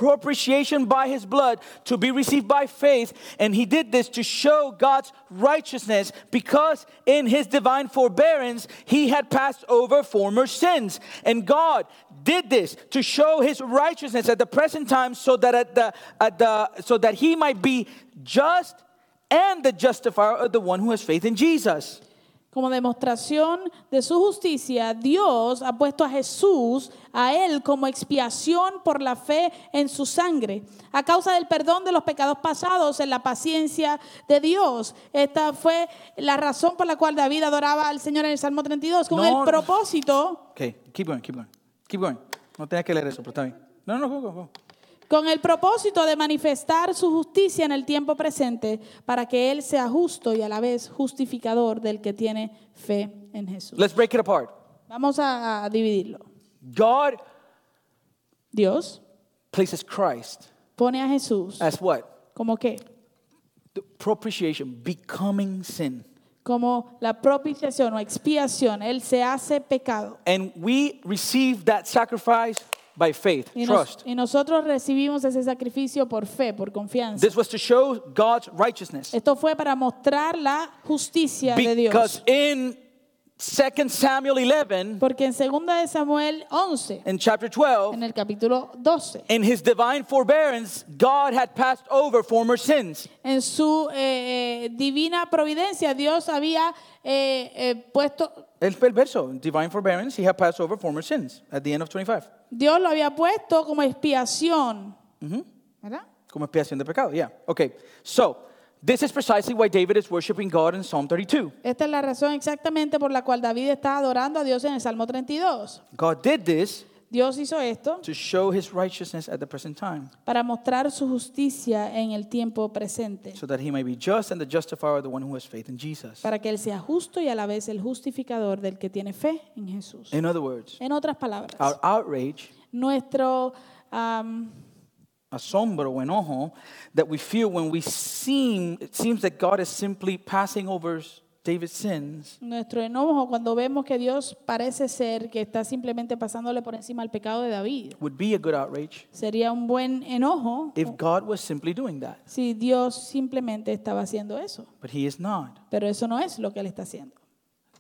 Speaker 2: propitiation by his blood to be received by faith and he did this to show God's righteousness because in his divine forbearance he had passed over former sins and God did this to show his righteousness at the present time so that at the, at the so that he might be just and the justifier of the one who has faith in Jesus
Speaker 3: Como demostración de su justicia, Dios ha puesto a Jesús, a Él, como expiación por la fe en su sangre. A causa del perdón de los pecados pasados en la paciencia de Dios. Esta fue la razón por la cual David adoraba al Señor en el Salmo 32, con
Speaker 2: No, no.
Speaker 3: el propósito,
Speaker 2: Okay, keep going, keep going. Keep going. No tenías que leer eso, pero está bien. No, no, no, go, go, go.
Speaker 3: con el propósito de manifestar su justicia en el tiempo presente, para que Él sea justo y a la vez justificador del que tiene fe en Jesús.
Speaker 2: Let's break it apart.
Speaker 3: Vamos a- a dividirlo.
Speaker 2: God
Speaker 3: Dios
Speaker 2: places Christ
Speaker 3: pone a Jesús
Speaker 2: as what?
Speaker 3: como qué?
Speaker 2: The propitiation, becoming sin.
Speaker 3: Como la propiciación o expiación. Él se hace pecado.
Speaker 2: And we receive that sacrifice by faith,
Speaker 3: Y, nos-
Speaker 2: trust.
Speaker 3: y nosotros recibimos ese sacrificio por fe, por confianza.
Speaker 2: This was to show God's righteousness.
Speaker 3: Esto fue para mostrar la justicia de
Speaker 2: Because
Speaker 3: Dios.
Speaker 2: in 2 Samuel 11,
Speaker 3: Porque en 2 de Samuel 11,
Speaker 2: in chapter 12,
Speaker 3: en el capítulo 12,
Speaker 2: in his divine forbearance, God had passed over former sins.
Speaker 3: en su eh, eh, divina providencia, Dios había eh, eh, puesto,
Speaker 2: El el verso, divine forbearance, he had passed over former sins at the end of 25.
Speaker 3: Dios lo había puesto como expiación. ¿Verdad?
Speaker 2: Como expiación de pecado, yeah. Okay, so this is precisely why David is worshiping God in Psalm 32.
Speaker 3: Esta es la razón exactamente por la cual David está adorando a Dios en el Salmo 32.
Speaker 2: God did this
Speaker 3: Dios hizo esto
Speaker 2: to show his righteousness at the present time,
Speaker 3: para mostrar su justicia en el tiempo presente,
Speaker 2: so that he may be just and the justifier of the one who has faith in Jesus.
Speaker 3: para que Él sea justo y a la vez el justificador del que tiene fe en Jesús.
Speaker 2: In other words,
Speaker 3: En otras palabras,
Speaker 2: our outrage,
Speaker 3: nuestro, am,
Speaker 2: asombro, o enojo, that we feel when we seem, it seems that God is simply passing over David sins,
Speaker 3: Nuestro enojo cuando vemos que Dios parece ser que está simplemente pasándole por encima al pecado de David.
Speaker 2: would be a good outrage
Speaker 3: Sería un buen enojo
Speaker 2: if God was simply doing that.
Speaker 3: si Dios simplemente estaba haciendo eso.
Speaker 2: But he is not.
Speaker 3: Pero eso no es lo que él está haciendo.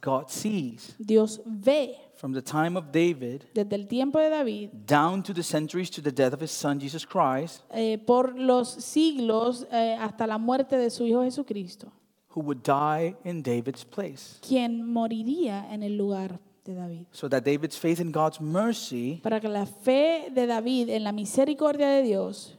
Speaker 2: God sees
Speaker 3: Dios ve
Speaker 2: from the time of David
Speaker 3: desde el tiempo de David,
Speaker 2: down to the centuries to the death of his son Jesus Christ,
Speaker 3: eh, por los siglos eh, hasta la muerte de su Hijo Jesucristo,
Speaker 2: who would die in David's place.
Speaker 3: quien moriría en el lugar de David.
Speaker 2: So that David's faith in God's mercy
Speaker 3: Para que la fe de David en la misericordia de Dios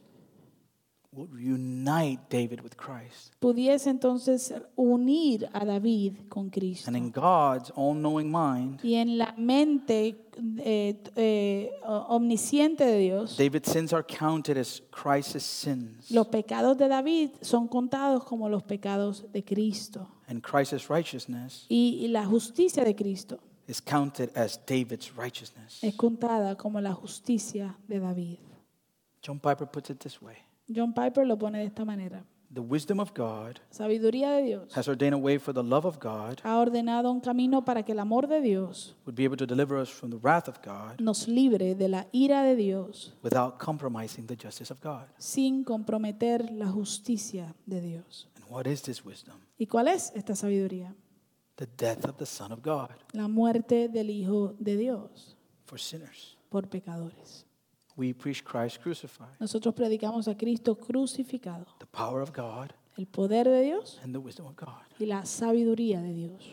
Speaker 2: would reunite David with Christ.
Speaker 3: pudiese entonces unir a David con Cristo.
Speaker 2: And in God's all knowing mind,
Speaker 3: Y en la mente eh, eh, omnisciente de Dios,
Speaker 2: David's sins are counted as Christ's sins,
Speaker 3: los pecados de David son contados como los pecados de Cristo.
Speaker 2: and Christ's righteousness
Speaker 3: Y y la justicia de Cristo
Speaker 2: is counted as David's righteousness.
Speaker 3: es contada como la justicia de David.
Speaker 2: John Piper puts it this way
Speaker 3: John Piper lo pone de esta manera.
Speaker 2: The wisdom of God
Speaker 3: Sabiduría de Dios
Speaker 2: has ordained a way for the love of God
Speaker 3: ha ordenado un camino para que el amor de Dios
Speaker 2: would be able to deliver us from the wrath of God
Speaker 3: nos libre de la ira de Dios
Speaker 2: without compromising the justice of God.
Speaker 3: sin comprometer la justicia de Dios.
Speaker 2: And what is this wisdom?
Speaker 3: ¿Y cuál es esta sabiduría?
Speaker 2: The death of the Son of God
Speaker 3: La muerte del Hijo de Dios
Speaker 2: for sinners.
Speaker 3: por pecadores.
Speaker 2: We preach Christ crucified,
Speaker 3: Nosotros predicamos a Cristo crucificado,
Speaker 2: the power of God
Speaker 3: el poder de Dios
Speaker 2: and the wisdom of God.
Speaker 3: y la sabiduría de Dios.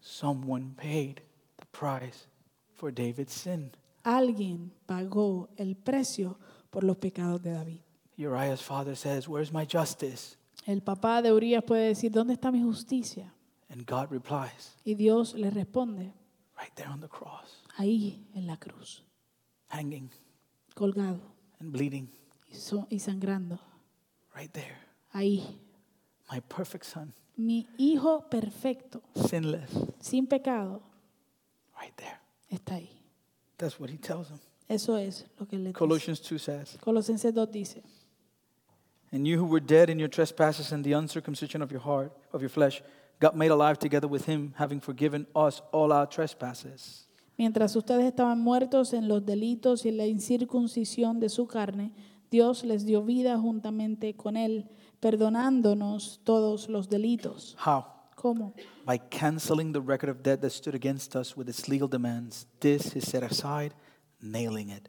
Speaker 2: Someone paid the price for David's sin.
Speaker 3: Alguien pagó el precio por los pecados de David.
Speaker 2: Uriah's father says, Where's my justice?
Speaker 3: El papá de Urias puede decir, ¿dónde está mi justicia?
Speaker 2: And God replies,
Speaker 3: Y Dios le responde,
Speaker 2: Right there on the cross,
Speaker 3: ahí en la cruz,
Speaker 2: hanging
Speaker 3: colgado
Speaker 2: and bleeding,
Speaker 3: y, so- y sangrando,
Speaker 2: right there.
Speaker 3: ahí.
Speaker 2: My perfect son,
Speaker 3: Mi hijo perfecto,
Speaker 2: sinless,
Speaker 3: sin pecado,
Speaker 2: right there.
Speaker 3: está ahí.
Speaker 2: That's what he tells him.
Speaker 3: Eso es lo que le dice.
Speaker 2: Colossians 2 says,
Speaker 3: Colosenses 2 dice,
Speaker 2: And you who were dead in your trespasses and the uncircumcision of your heart, of your flesh, got made alive together with him, having forgiven us all our trespasses.
Speaker 3: Mientras ustedes estaban muertos en los delitos y en la incircuncisión de su carne, Dios les dio vida juntamente con Él, perdonándonos todos los delitos.
Speaker 2: How?
Speaker 3: ¿Cómo?
Speaker 2: By canceling the record of debt that stood against us with its legal demands. This he set aside, nailing it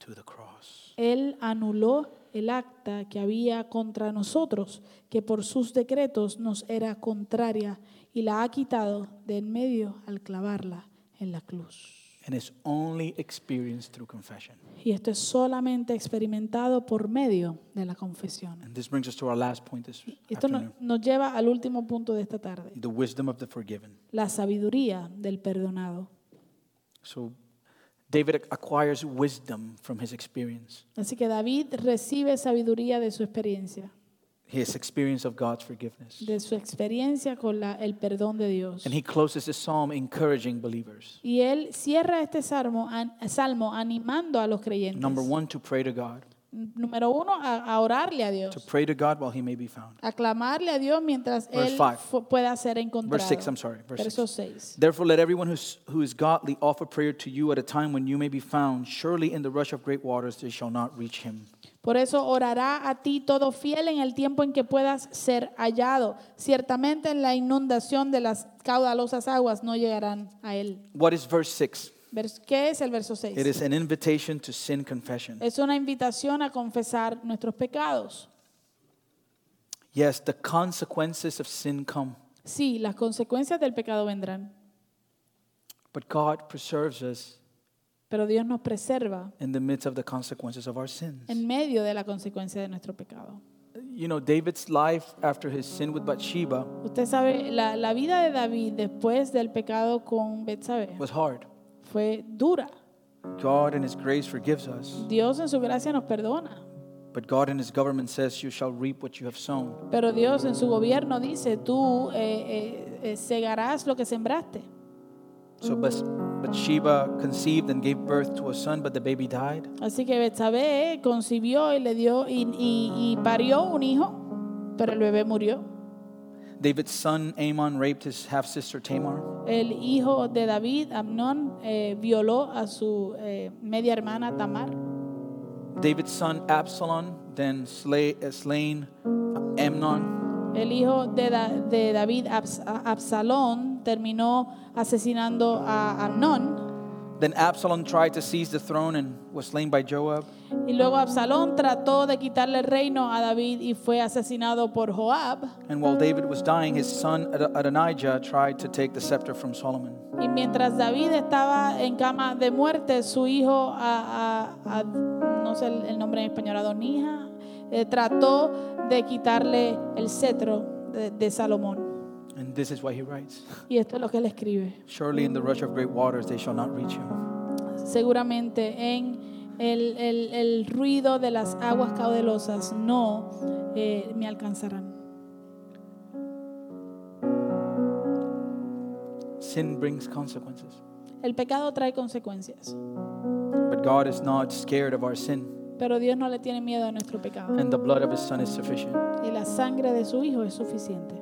Speaker 2: to the cross.
Speaker 3: Él anuló el acta que había contra nosotros, que por sus decretos nos era contraria, y la ha quitado de en medio al clavarla en la cruz.
Speaker 2: And is only experienced through confession.
Speaker 3: Y esto es solamente experimentado por medio de la confesión.
Speaker 2: And this brings us to our last point this
Speaker 3: Esto no-
Speaker 2: afternoon.
Speaker 3: nos lleva al último punto de esta tarde.
Speaker 2: The wisdom of the forgiven.
Speaker 3: la sabiduría del perdonado.
Speaker 2: So David acquires wisdom from his experience.
Speaker 3: Así que David recibe sabiduría de su experiencia,
Speaker 2: his experience of God's forgiveness.
Speaker 3: de su experiencia con la- el perdón de Dios.
Speaker 2: And he closes the psalm encouraging believers.
Speaker 3: Y él cierra este salmo, an- salmo animando a los creyentes.
Speaker 2: Number one, to pray to God,
Speaker 3: Número uno, a, a orarle a
Speaker 2: to
Speaker 3: Dios,
Speaker 2: pray to God while he may be found.
Speaker 3: a clamarle a Dios mientras
Speaker 2: Verse
Speaker 3: él
Speaker 2: five.
Speaker 3: fu- pueda ser encontrado.
Speaker 2: Verse six, I'm sorry, verse
Speaker 3: Verso 6.
Speaker 2: Therefore, let everyone who's, who is godly offer prayer to you at a time when you may be found. Surely, in the rush of great waters, they shall not reach him.
Speaker 3: Por eso orará a ti todo fiel en el tiempo en que puedas ser hallado. Ciertamente en la inundación de las caudalosas aguas no llegarán a él.
Speaker 2: What is verse 6?
Speaker 3: Vers- ¿Qué es el verso 6?
Speaker 2: It is an invitation to sin confession.
Speaker 3: Es una invitación a confesar nuestros pecados.
Speaker 2: Yes, the consequences of sin come,
Speaker 3: Sí, las consecuencias del pecado vendrán,
Speaker 2: but God preserves us
Speaker 3: pero Dios nos preserva
Speaker 2: in the midst of the consequences of our sins.
Speaker 3: en medio de la consecuencia de nuestro pecado.
Speaker 2: You know, David's life after his sin with Bathsheba
Speaker 3: Usted sabe, la, la vida de David después del pecado con Betsabé
Speaker 2: was hard.
Speaker 3: fue dura.
Speaker 2: God in His grace forgives us,
Speaker 3: Dios en su gracia nos perdona,
Speaker 2: but God in His government says, You shall reap what you have sown.
Speaker 3: pero Dios en su gobierno dice, tú eh, eh, eh, segarás lo que sembraste.
Speaker 2: So Bas- Bathsheba conceived and gave birth to a son, but the baby died.
Speaker 3: Así que Betsabé concibió y le dio y, y- y parió un hijo, pero el bebé murió.
Speaker 2: David's son Amon raped his half sister Tamar.
Speaker 3: El hijo de David, Amnón, eh, violó a su eh, media hermana Tamar.
Speaker 2: David's son Absalom then slay, uh, slain Amnon.
Speaker 3: El hijo de, Da- de David, Abs- a- Absalón, terminó asesinando a Amnón.
Speaker 2: Then Absalom tried to seize the throne and was slain by Joab.
Speaker 3: Y luego Absalón trató de quitarle el reino a David y fue asesinado por Joab.
Speaker 2: And while David was dying, his son Ad- Adonijah tried to take the scepter from Solomon.
Speaker 3: Y mientras David estaba en cama de muerte, su hijo, a- a- a- no sé el el nombre en español, Adonija, eh, trató de quitarle el cetro de, de Salomón.
Speaker 2: And this is why he writes
Speaker 3: Y esto es lo que él escribe.
Speaker 2: Surely in the rush of great waters they shall not reach him.
Speaker 3: Seguramente en el, el- el ruido de las aguas caudelosas no eh, me alcanzarán.
Speaker 2: Sin brings consequences.
Speaker 3: El pecado trae consecuencias,
Speaker 2: But God is not scared of our sin,
Speaker 3: pero Dios no le tiene miedo a nuestro pecado.
Speaker 2: and the blood of his son is sufficient.
Speaker 3: Y la sangre de su hijo es suficiente.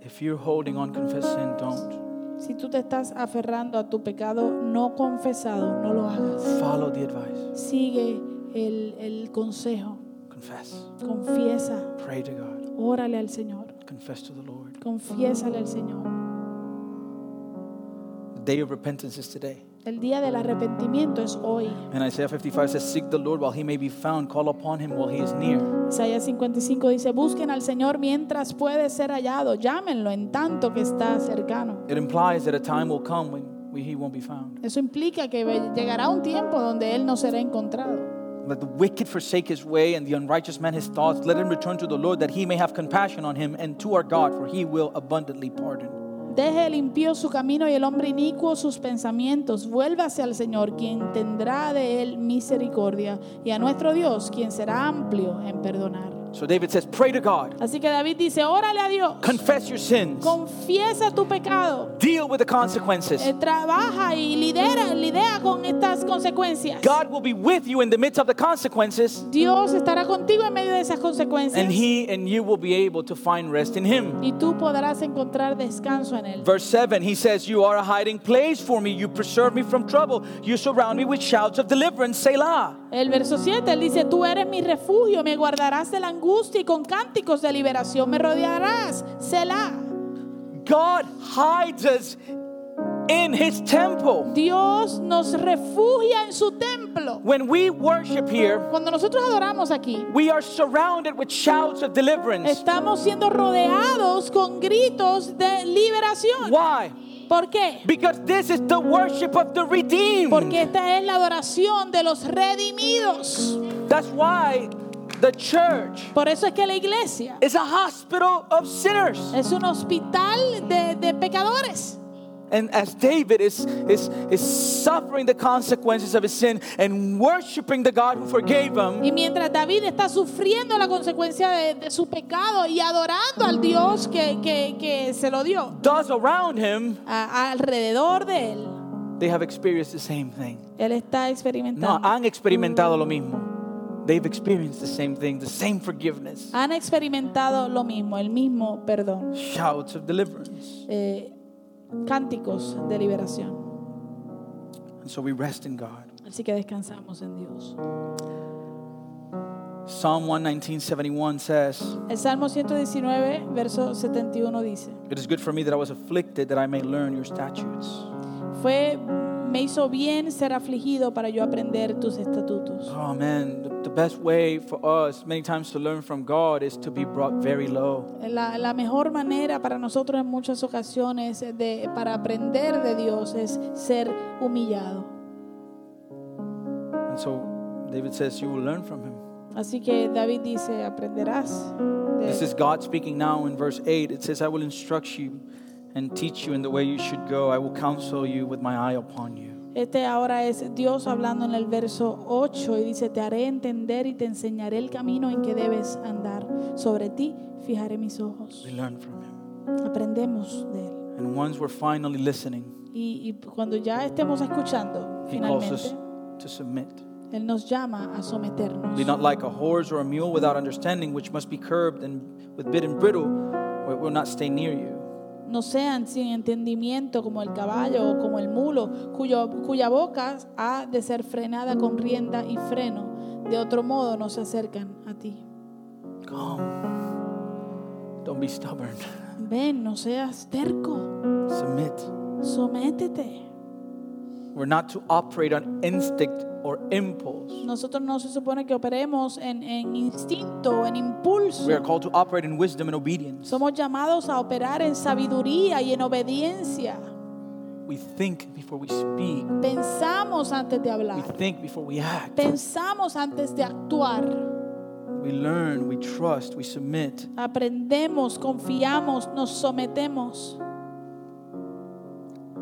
Speaker 2: If you're holding on confessed sin, don't.
Speaker 3: Si tú te estás aferrando a tu pecado no confesado, no lo hagas.
Speaker 2: Follow the advice.
Speaker 3: Sigue el, el consejo.
Speaker 2: Confess.
Speaker 3: Confiesa.
Speaker 2: Pray to God.
Speaker 3: Órale al Señor.
Speaker 2: Confess to the Lord.
Speaker 3: Confiésale al Señor.
Speaker 2: The day of repentance is today.
Speaker 3: El día del arrepentimiento es hoy.
Speaker 2: And Isaiah 55 says, Seek the Lord while he may be found, call upon him while he is near.
Speaker 3: Isaías 55 dice, busquen al Señor mientras puede ser hallado. Llámenlo en tanto que está cercano.
Speaker 2: It implies that a time will come when we, he won't be found.
Speaker 3: Eso implica que ve- llegará un tiempo donde Él no será encontrado.
Speaker 2: Let the wicked forsake his way and the unrighteous man his thoughts. Let him return to the Lord that he may have compassion on him and to our God, for he will abundantly pardon.
Speaker 3: Deje el impío su camino y el hombre inicuo sus pensamientos. Vuélvase al Señor, quien tendrá de Él misericordia, y a nuestro Dios, quien será amplio en perdonar.
Speaker 2: So David says, Pray to God.
Speaker 3: Así que David dice, órale a Dios.
Speaker 2: Confess your sins.
Speaker 3: Confiesa tu pecado.
Speaker 2: Deal with the consequences.
Speaker 3: Eh, trabaja y lidera, lidia con estas consecuencias.
Speaker 2: God will be with you in the midst of the consequences,
Speaker 3: Dios estará contigo en medio de esas consecuencias.
Speaker 2: and He and you will be able to find rest in Him.
Speaker 3: y tú podrás encontrar descanso en él.
Speaker 2: Verse 7, He says, You are a hiding place for me. You preserve me from trouble. You surround me with shouts of deliverance. Selah.
Speaker 3: El verso 7, él dice, tú eres mi refugio, me guardarás de la angustia y con cánticos de liberación me rodearás. Selah.
Speaker 2: God hides us in His temple.
Speaker 3: Dios nos refugia en su templo.
Speaker 2: When we worship here,
Speaker 3: Cuando nosotros adoramos aquí,
Speaker 2: we are surrounded with shouts of deliverance.
Speaker 3: estamos siendo rodeados con gritos de liberación.
Speaker 2: Why?
Speaker 3: ¿Por qué?
Speaker 2: Because this is the worship of the redeemed.
Speaker 3: Porque esta es la adoración de los redimidos.
Speaker 2: That's why the church
Speaker 3: Por eso es que la iglesia
Speaker 2: is a hospital of sinners.
Speaker 3: es un hospital de, de pecadores.
Speaker 2: And as David is, is, is suffering the consequences of his sin and worshiping the God who forgave him,
Speaker 3: Y mientras David está sufriendo la consecuencia de, de su pecado y adorando al Dios que, que- que se lo dio,
Speaker 2: those around him,
Speaker 3: a- alrededor de él,
Speaker 2: they have experienced the same thing.
Speaker 3: él está
Speaker 2: No,
Speaker 3: experimentando.
Speaker 2: han experimentado lo mismo. They've experienced the same thing, the same forgiveness,
Speaker 3: han experimentado lo mismo, el mismo perdón,
Speaker 2: shouts of deliverance.
Speaker 3: eh, cánticos de liberación.
Speaker 2: And so we rest in God.
Speaker 3: Así que descansamos en Dios.
Speaker 2: Psalm 119, 71 says,
Speaker 3: El Salmo 119, verso 71 dice,
Speaker 2: It is good for me that I was afflicted that I may learn your statutes.
Speaker 3: fue, me hizo bien ser afligido para yo aprender tus estatutos.
Speaker 2: Oh man, the- the best way for us many times to learn from God is to be brought very low.
Speaker 3: La, la mejor manera para nosotros en muchas ocasiones de, para aprender de Dios es ser humillado.
Speaker 2: And so David says, You will learn from him.
Speaker 3: Así que David dice, aprenderás. de-
Speaker 2: This is God speaking now in verse 8. It says, I will instruct you and teach you in the way you should go. I will counsel you with my eye upon you.
Speaker 3: Este ahora es Dios hablando en el verso 8 y dice, te haré entender y te enseñaré el camino en que debes andar. Sobre ti fijaré mis ojos.
Speaker 2: We learn from him.
Speaker 3: Aprendemos de él.
Speaker 2: And once we're finally listening,
Speaker 3: Y, y cuando ya estemos escuchando,
Speaker 2: he calls
Speaker 3: finalmente,
Speaker 2: us to submit.
Speaker 3: Él nos llama a someternos.
Speaker 2: Be not like a horse or a mule without understanding, which must be curbed and with bit and brittle, or it will not stay near you.
Speaker 3: No sean sin entendimiento como el caballo o como el mulo, cuyo- cuya boca ha de ser frenada con rienda y freno. De otro modo no se acercan a ti.
Speaker 2: Come. Don't be stubborn.
Speaker 3: Ven, no seas terco.
Speaker 2: Submit.
Speaker 3: Sométete.
Speaker 2: We're not to operate on instinct or impulse.
Speaker 3: Nosotros no se supone que operemos en, en instinto, o en impulso.
Speaker 2: We are called to operate in wisdom and obedience.
Speaker 3: Somos llamados a operar en sabiduría y en obediencia.
Speaker 2: We think before we speak.
Speaker 3: Pensamos antes de
Speaker 2: We
Speaker 3: hablar.
Speaker 2: think before we act.
Speaker 3: Pensamos antes de actuar.
Speaker 2: We learn, we trust, we submit.
Speaker 3: Aprendemos, confiamos, nos sometemos.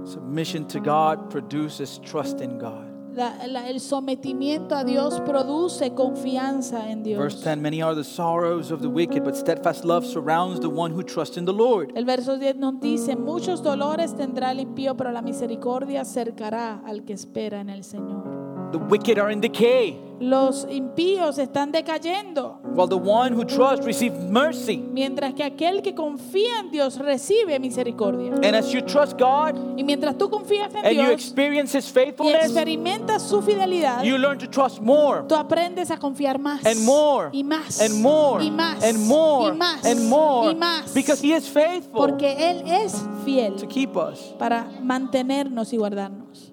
Speaker 2: Submission to God produces trust in God.
Speaker 3: La- la- el sometimiento a Dios produce confianza en
Speaker 2: Verse
Speaker 3: Dios.
Speaker 2: 10 Many are the sorrows of the wicked, but steadfast love surrounds the one who trusts in the Lord.
Speaker 3: El verso 10 nos dice, muchos dolores tendrá el impío, pero la misericordia cercará al que espera en el Señor.
Speaker 2: The wicked are in decay,
Speaker 3: Los impíos están decayendo,
Speaker 2: while the one who trusts receives mercy.
Speaker 3: mientras que aquel que confía en Dios recibe misericordia.
Speaker 2: And as you trust God
Speaker 3: Y mientras tú confías en
Speaker 2: and you
Speaker 3: Dios
Speaker 2: experience His
Speaker 3: y
Speaker 2: faithfulness,
Speaker 3: experimentas su fidelidad,
Speaker 2: you learn to trust more.
Speaker 3: tú aprendes a confiar más
Speaker 2: And more,
Speaker 3: y más
Speaker 2: and more,
Speaker 3: y más
Speaker 2: and more,
Speaker 3: y más
Speaker 2: and more,
Speaker 3: y más
Speaker 2: because He is faithful
Speaker 3: porque él es fiel
Speaker 2: to keep us.
Speaker 3: para mantenernos y guardarnos.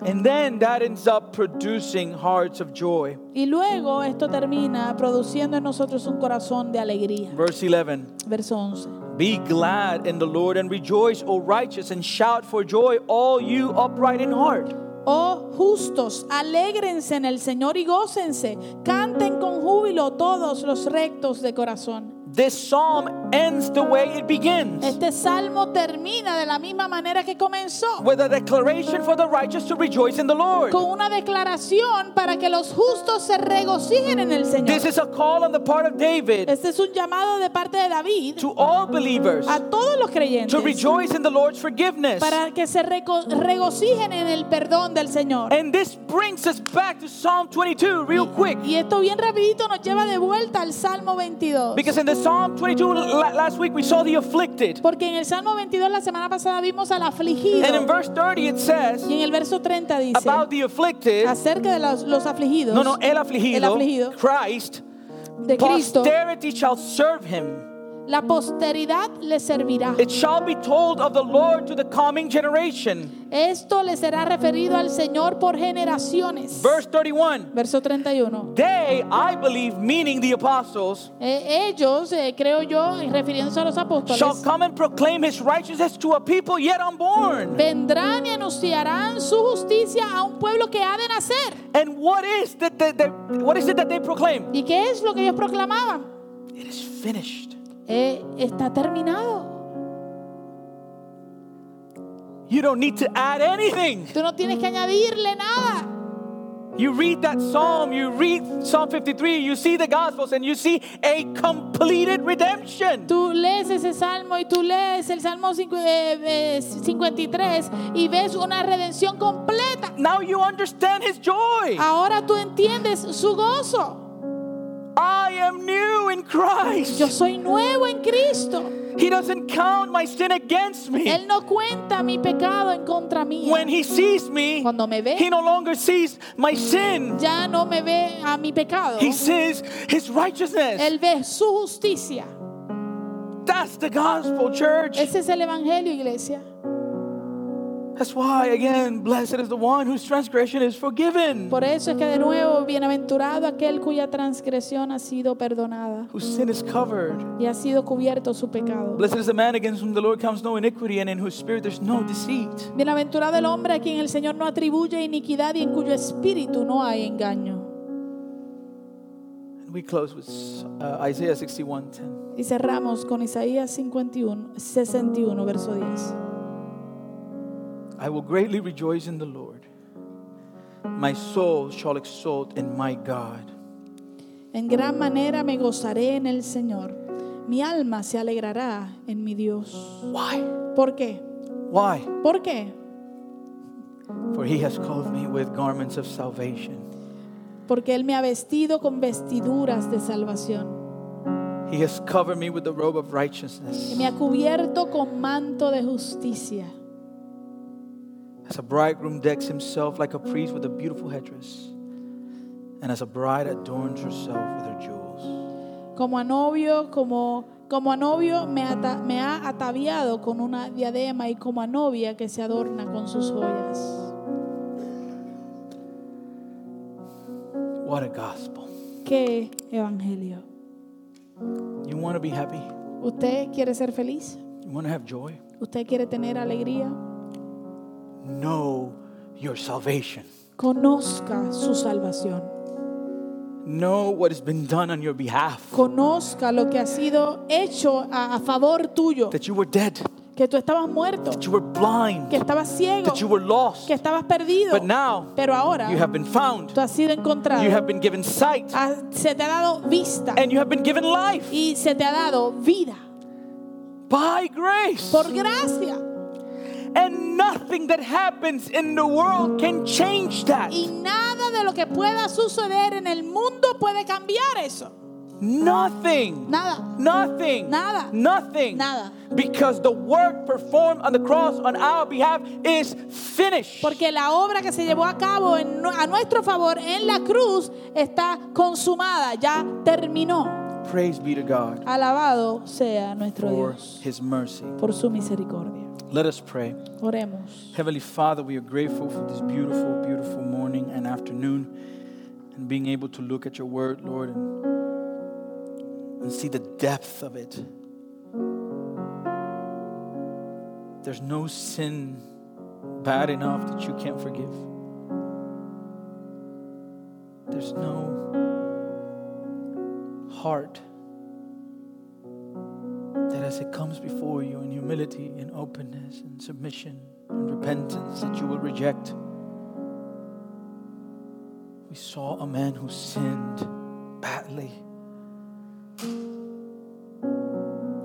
Speaker 2: And then that ends up producing hearts of joy.
Speaker 3: Y luego esto termina produciendo en nosotros un corazón de alegría.
Speaker 2: Verse 11
Speaker 3: Verso 11.
Speaker 2: Be glad in the Lord and rejoice, O righteous, and shout for joy, all you upright in heart.
Speaker 3: Oh justos, alégrense en el Señor y gócense, canten con júbilo todos los rectos de corazón.
Speaker 2: This psalm ends the way it begins
Speaker 3: Este salmo termina de la misma manera que comenzó,
Speaker 2: with a declaration for the righteous to rejoice in the Lord.
Speaker 3: con una declaración para que los justos se regocijen en el
Speaker 2: This
Speaker 3: Señor.
Speaker 2: is a call on the part of David
Speaker 3: Este es un llamado de parte de David
Speaker 2: to all believers
Speaker 3: a todos los
Speaker 2: to
Speaker 3: creyentes
Speaker 2: rejoice in the Lord's forgiveness.
Speaker 3: para que se reco- regocijen en el perdón del Señor.
Speaker 2: And this brings us back to Psalm 22 real quick.
Speaker 3: Y esto bien rapidito nos lleva de vuelta al Salmo 22.
Speaker 2: Because in the Psalm 22 la- last week we saw the afflicted.
Speaker 3: Porque en el Salmo 22 la semana pasada vimos al afligido.
Speaker 2: And in verse 30 it says
Speaker 3: Y en el verso 30 dice,
Speaker 2: about the afflicted,
Speaker 3: acerca de los, los afligidos
Speaker 2: no, no, el
Speaker 3: El afligido.
Speaker 2: afligido, Christ,
Speaker 3: de Cristo,
Speaker 2: posterity shall serve him.
Speaker 3: la posteridad le servirá.
Speaker 2: It shall be told of the Lord to the coming generation.
Speaker 3: Esto le será referido al Señor por generaciones.
Speaker 2: Verse 31.
Speaker 3: Verso 31.
Speaker 2: They, I believe, meaning the apostles,
Speaker 3: Eh, ellos, eh, creo yo, y refiriéndose a los
Speaker 2: shall
Speaker 3: apóstoles,
Speaker 2: come and proclaim his righteousness to a people yet unborn.
Speaker 3: vendrán y anunciarán su justicia a un pueblo que ha de nacer.
Speaker 2: And what is that they, they- what is it that they proclaim?
Speaker 3: ¿Y qué es lo que ellos proclamaban?
Speaker 2: It is finished.
Speaker 3: Eh, está terminado.
Speaker 2: You don't need to add anything.
Speaker 3: Tú no tienes que añadirle nada.
Speaker 2: You read that psalm, you read Psalm 53, you see the gospels, and you see a completed redemption.
Speaker 3: Tú lees ese salmo y tú lees el salmo cincu- eh, eh, 53 y ves una redención completa.
Speaker 2: Now you understand his joy.
Speaker 3: Ahora tú entiendes su gozo.
Speaker 2: I am new in
Speaker 3: Yo
Speaker 2: Christ.
Speaker 3: soy nuevo en Cristo.
Speaker 2: He doesn't count my sin against me.
Speaker 3: Él no cuenta mi pecado en contra mí.
Speaker 2: When he sees me,
Speaker 3: Cuando me
Speaker 2: He
Speaker 3: ve,
Speaker 2: no longer sees my sin.
Speaker 3: ya no me ve a mi pecado.
Speaker 2: He sees his righteousness.
Speaker 3: Él ve su justicia.
Speaker 2: That's the gospel, church.
Speaker 3: Ese es el Evangelio, iglesia.
Speaker 2: That's why, again, blessed is the one whose transgression is forgiven,
Speaker 3: Por eso es que de nuevo, bienaventurado aquel cuya transgresión ha sido perdonada
Speaker 2: whose sin is covered.
Speaker 3: y ha sido cubierto su pecado.
Speaker 2: Blessed is the man against whom the Lord comes no iniquity, and in whose spirit there's no deceit.
Speaker 3: Bienaventurado el hombre a quien el Señor no atribuye iniquidad y en cuyo espíritu no hay engaño.
Speaker 2: And we close with uh, Isaiah 61:10.
Speaker 3: Y cerramos con Isaías 51, 61, verso 10.
Speaker 2: I will greatly rejoice in the Lord. My soul shall exult in my God.
Speaker 3: En gran manera me gozaré en el Señor. Mi alma se alegrará en mi Dios.
Speaker 2: Why?
Speaker 3: ¿Por qué?
Speaker 2: Why?
Speaker 3: ¿Por qué?
Speaker 2: For he has clothed me with garments of salvation.
Speaker 3: porque Él me ha vestido con vestiduras de salvación.
Speaker 2: He has covered me with the robe of
Speaker 3: que
Speaker 2: righteousness.
Speaker 3: me ha cubierto con manto de justicia.
Speaker 2: As a bridegroom decks himself like a priest with a beautiful headdress, and as a bride adorns herself with her jewels.
Speaker 3: Como a novio, como, como a novio me, ata- me ha ataviado con una diadema y como a novia que se adorna con sus joyas.
Speaker 2: What a gospel.
Speaker 3: ¡Qué evangelio!
Speaker 2: You want to be happy?
Speaker 3: ¿Usted quiere ser feliz?
Speaker 2: You want to have joy?
Speaker 3: ¿Usted quiere tener alegría?
Speaker 2: Know your salvation.
Speaker 3: Conozca su salvación.
Speaker 2: Know what has been done on your behalf.
Speaker 3: Conozca lo que ha sido hecho a, a favor tuyo.
Speaker 2: That you were dead,
Speaker 3: Que tú estabas muerto,
Speaker 2: that you were blind,
Speaker 3: que estabas ciego,
Speaker 2: that you were lost.
Speaker 3: que estabas perdido.
Speaker 2: But now
Speaker 3: Pero ahora
Speaker 2: you have been found,
Speaker 3: tú has sido encontrado.
Speaker 2: you have been given sight,
Speaker 3: Ha- Ah, se te ha dado vista
Speaker 2: and you have been given life
Speaker 3: y se te ha dado vida.
Speaker 2: by grace.
Speaker 3: Por gracia.
Speaker 2: And nothing that happens in the world can change that.
Speaker 3: Y nada de lo que pueda suceder en el mundo puede cambiar eso.
Speaker 2: Nothing.
Speaker 3: Nada.
Speaker 2: Nothing.
Speaker 3: Nada.
Speaker 2: Nothing.
Speaker 3: Nada.
Speaker 2: Because the work performed on the cross on our behalf is finished.
Speaker 3: Porque la obra que se llevó a cabo en nu- a nuestro favor en la cruz está consumada, ya terminó.
Speaker 2: Praise be to God
Speaker 3: Alabado sea nuestro
Speaker 2: for
Speaker 3: Dios
Speaker 2: his mercy.
Speaker 3: por su misericordia.
Speaker 2: Let us pray.
Speaker 3: Oremos.
Speaker 2: Heavenly Father, we are grateful for this beautiful, beautiful morning and afternoon and being able to look at your word, Lord, and, and see the depth of it. There's no sin bad enough that you can't forgive. There's no heart that as it comes before you in humility and openness and submission and repentance that you will reject. We saw a man who sinned badly.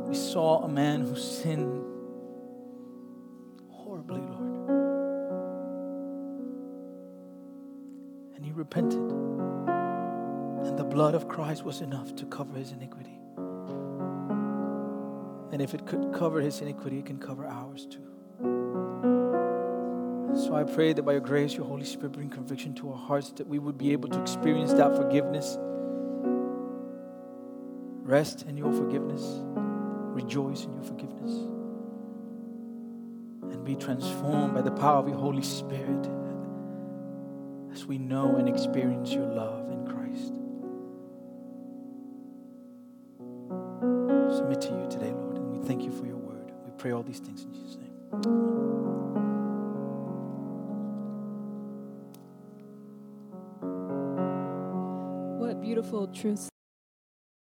Speaker 2: We saw a man who sinned horribly, Lord. And he repented. And the blood of Christ was enough to cover his iniquity. And if it could cover his iniquity, it can cover ours too. So I pray that by your grace, your Holy Spirit bring conviction to our hearts that we would be able to experience that forgiveness. Rest in your forgiveness, rejoice in your forgiveness, and be transformed by the power of your Holy Spirit as we know and experience your love in Christ. submit to you today, Lord. And we thank you for your word. We pray all these things in Jesus' name.
Speaker 4: What beautiful truths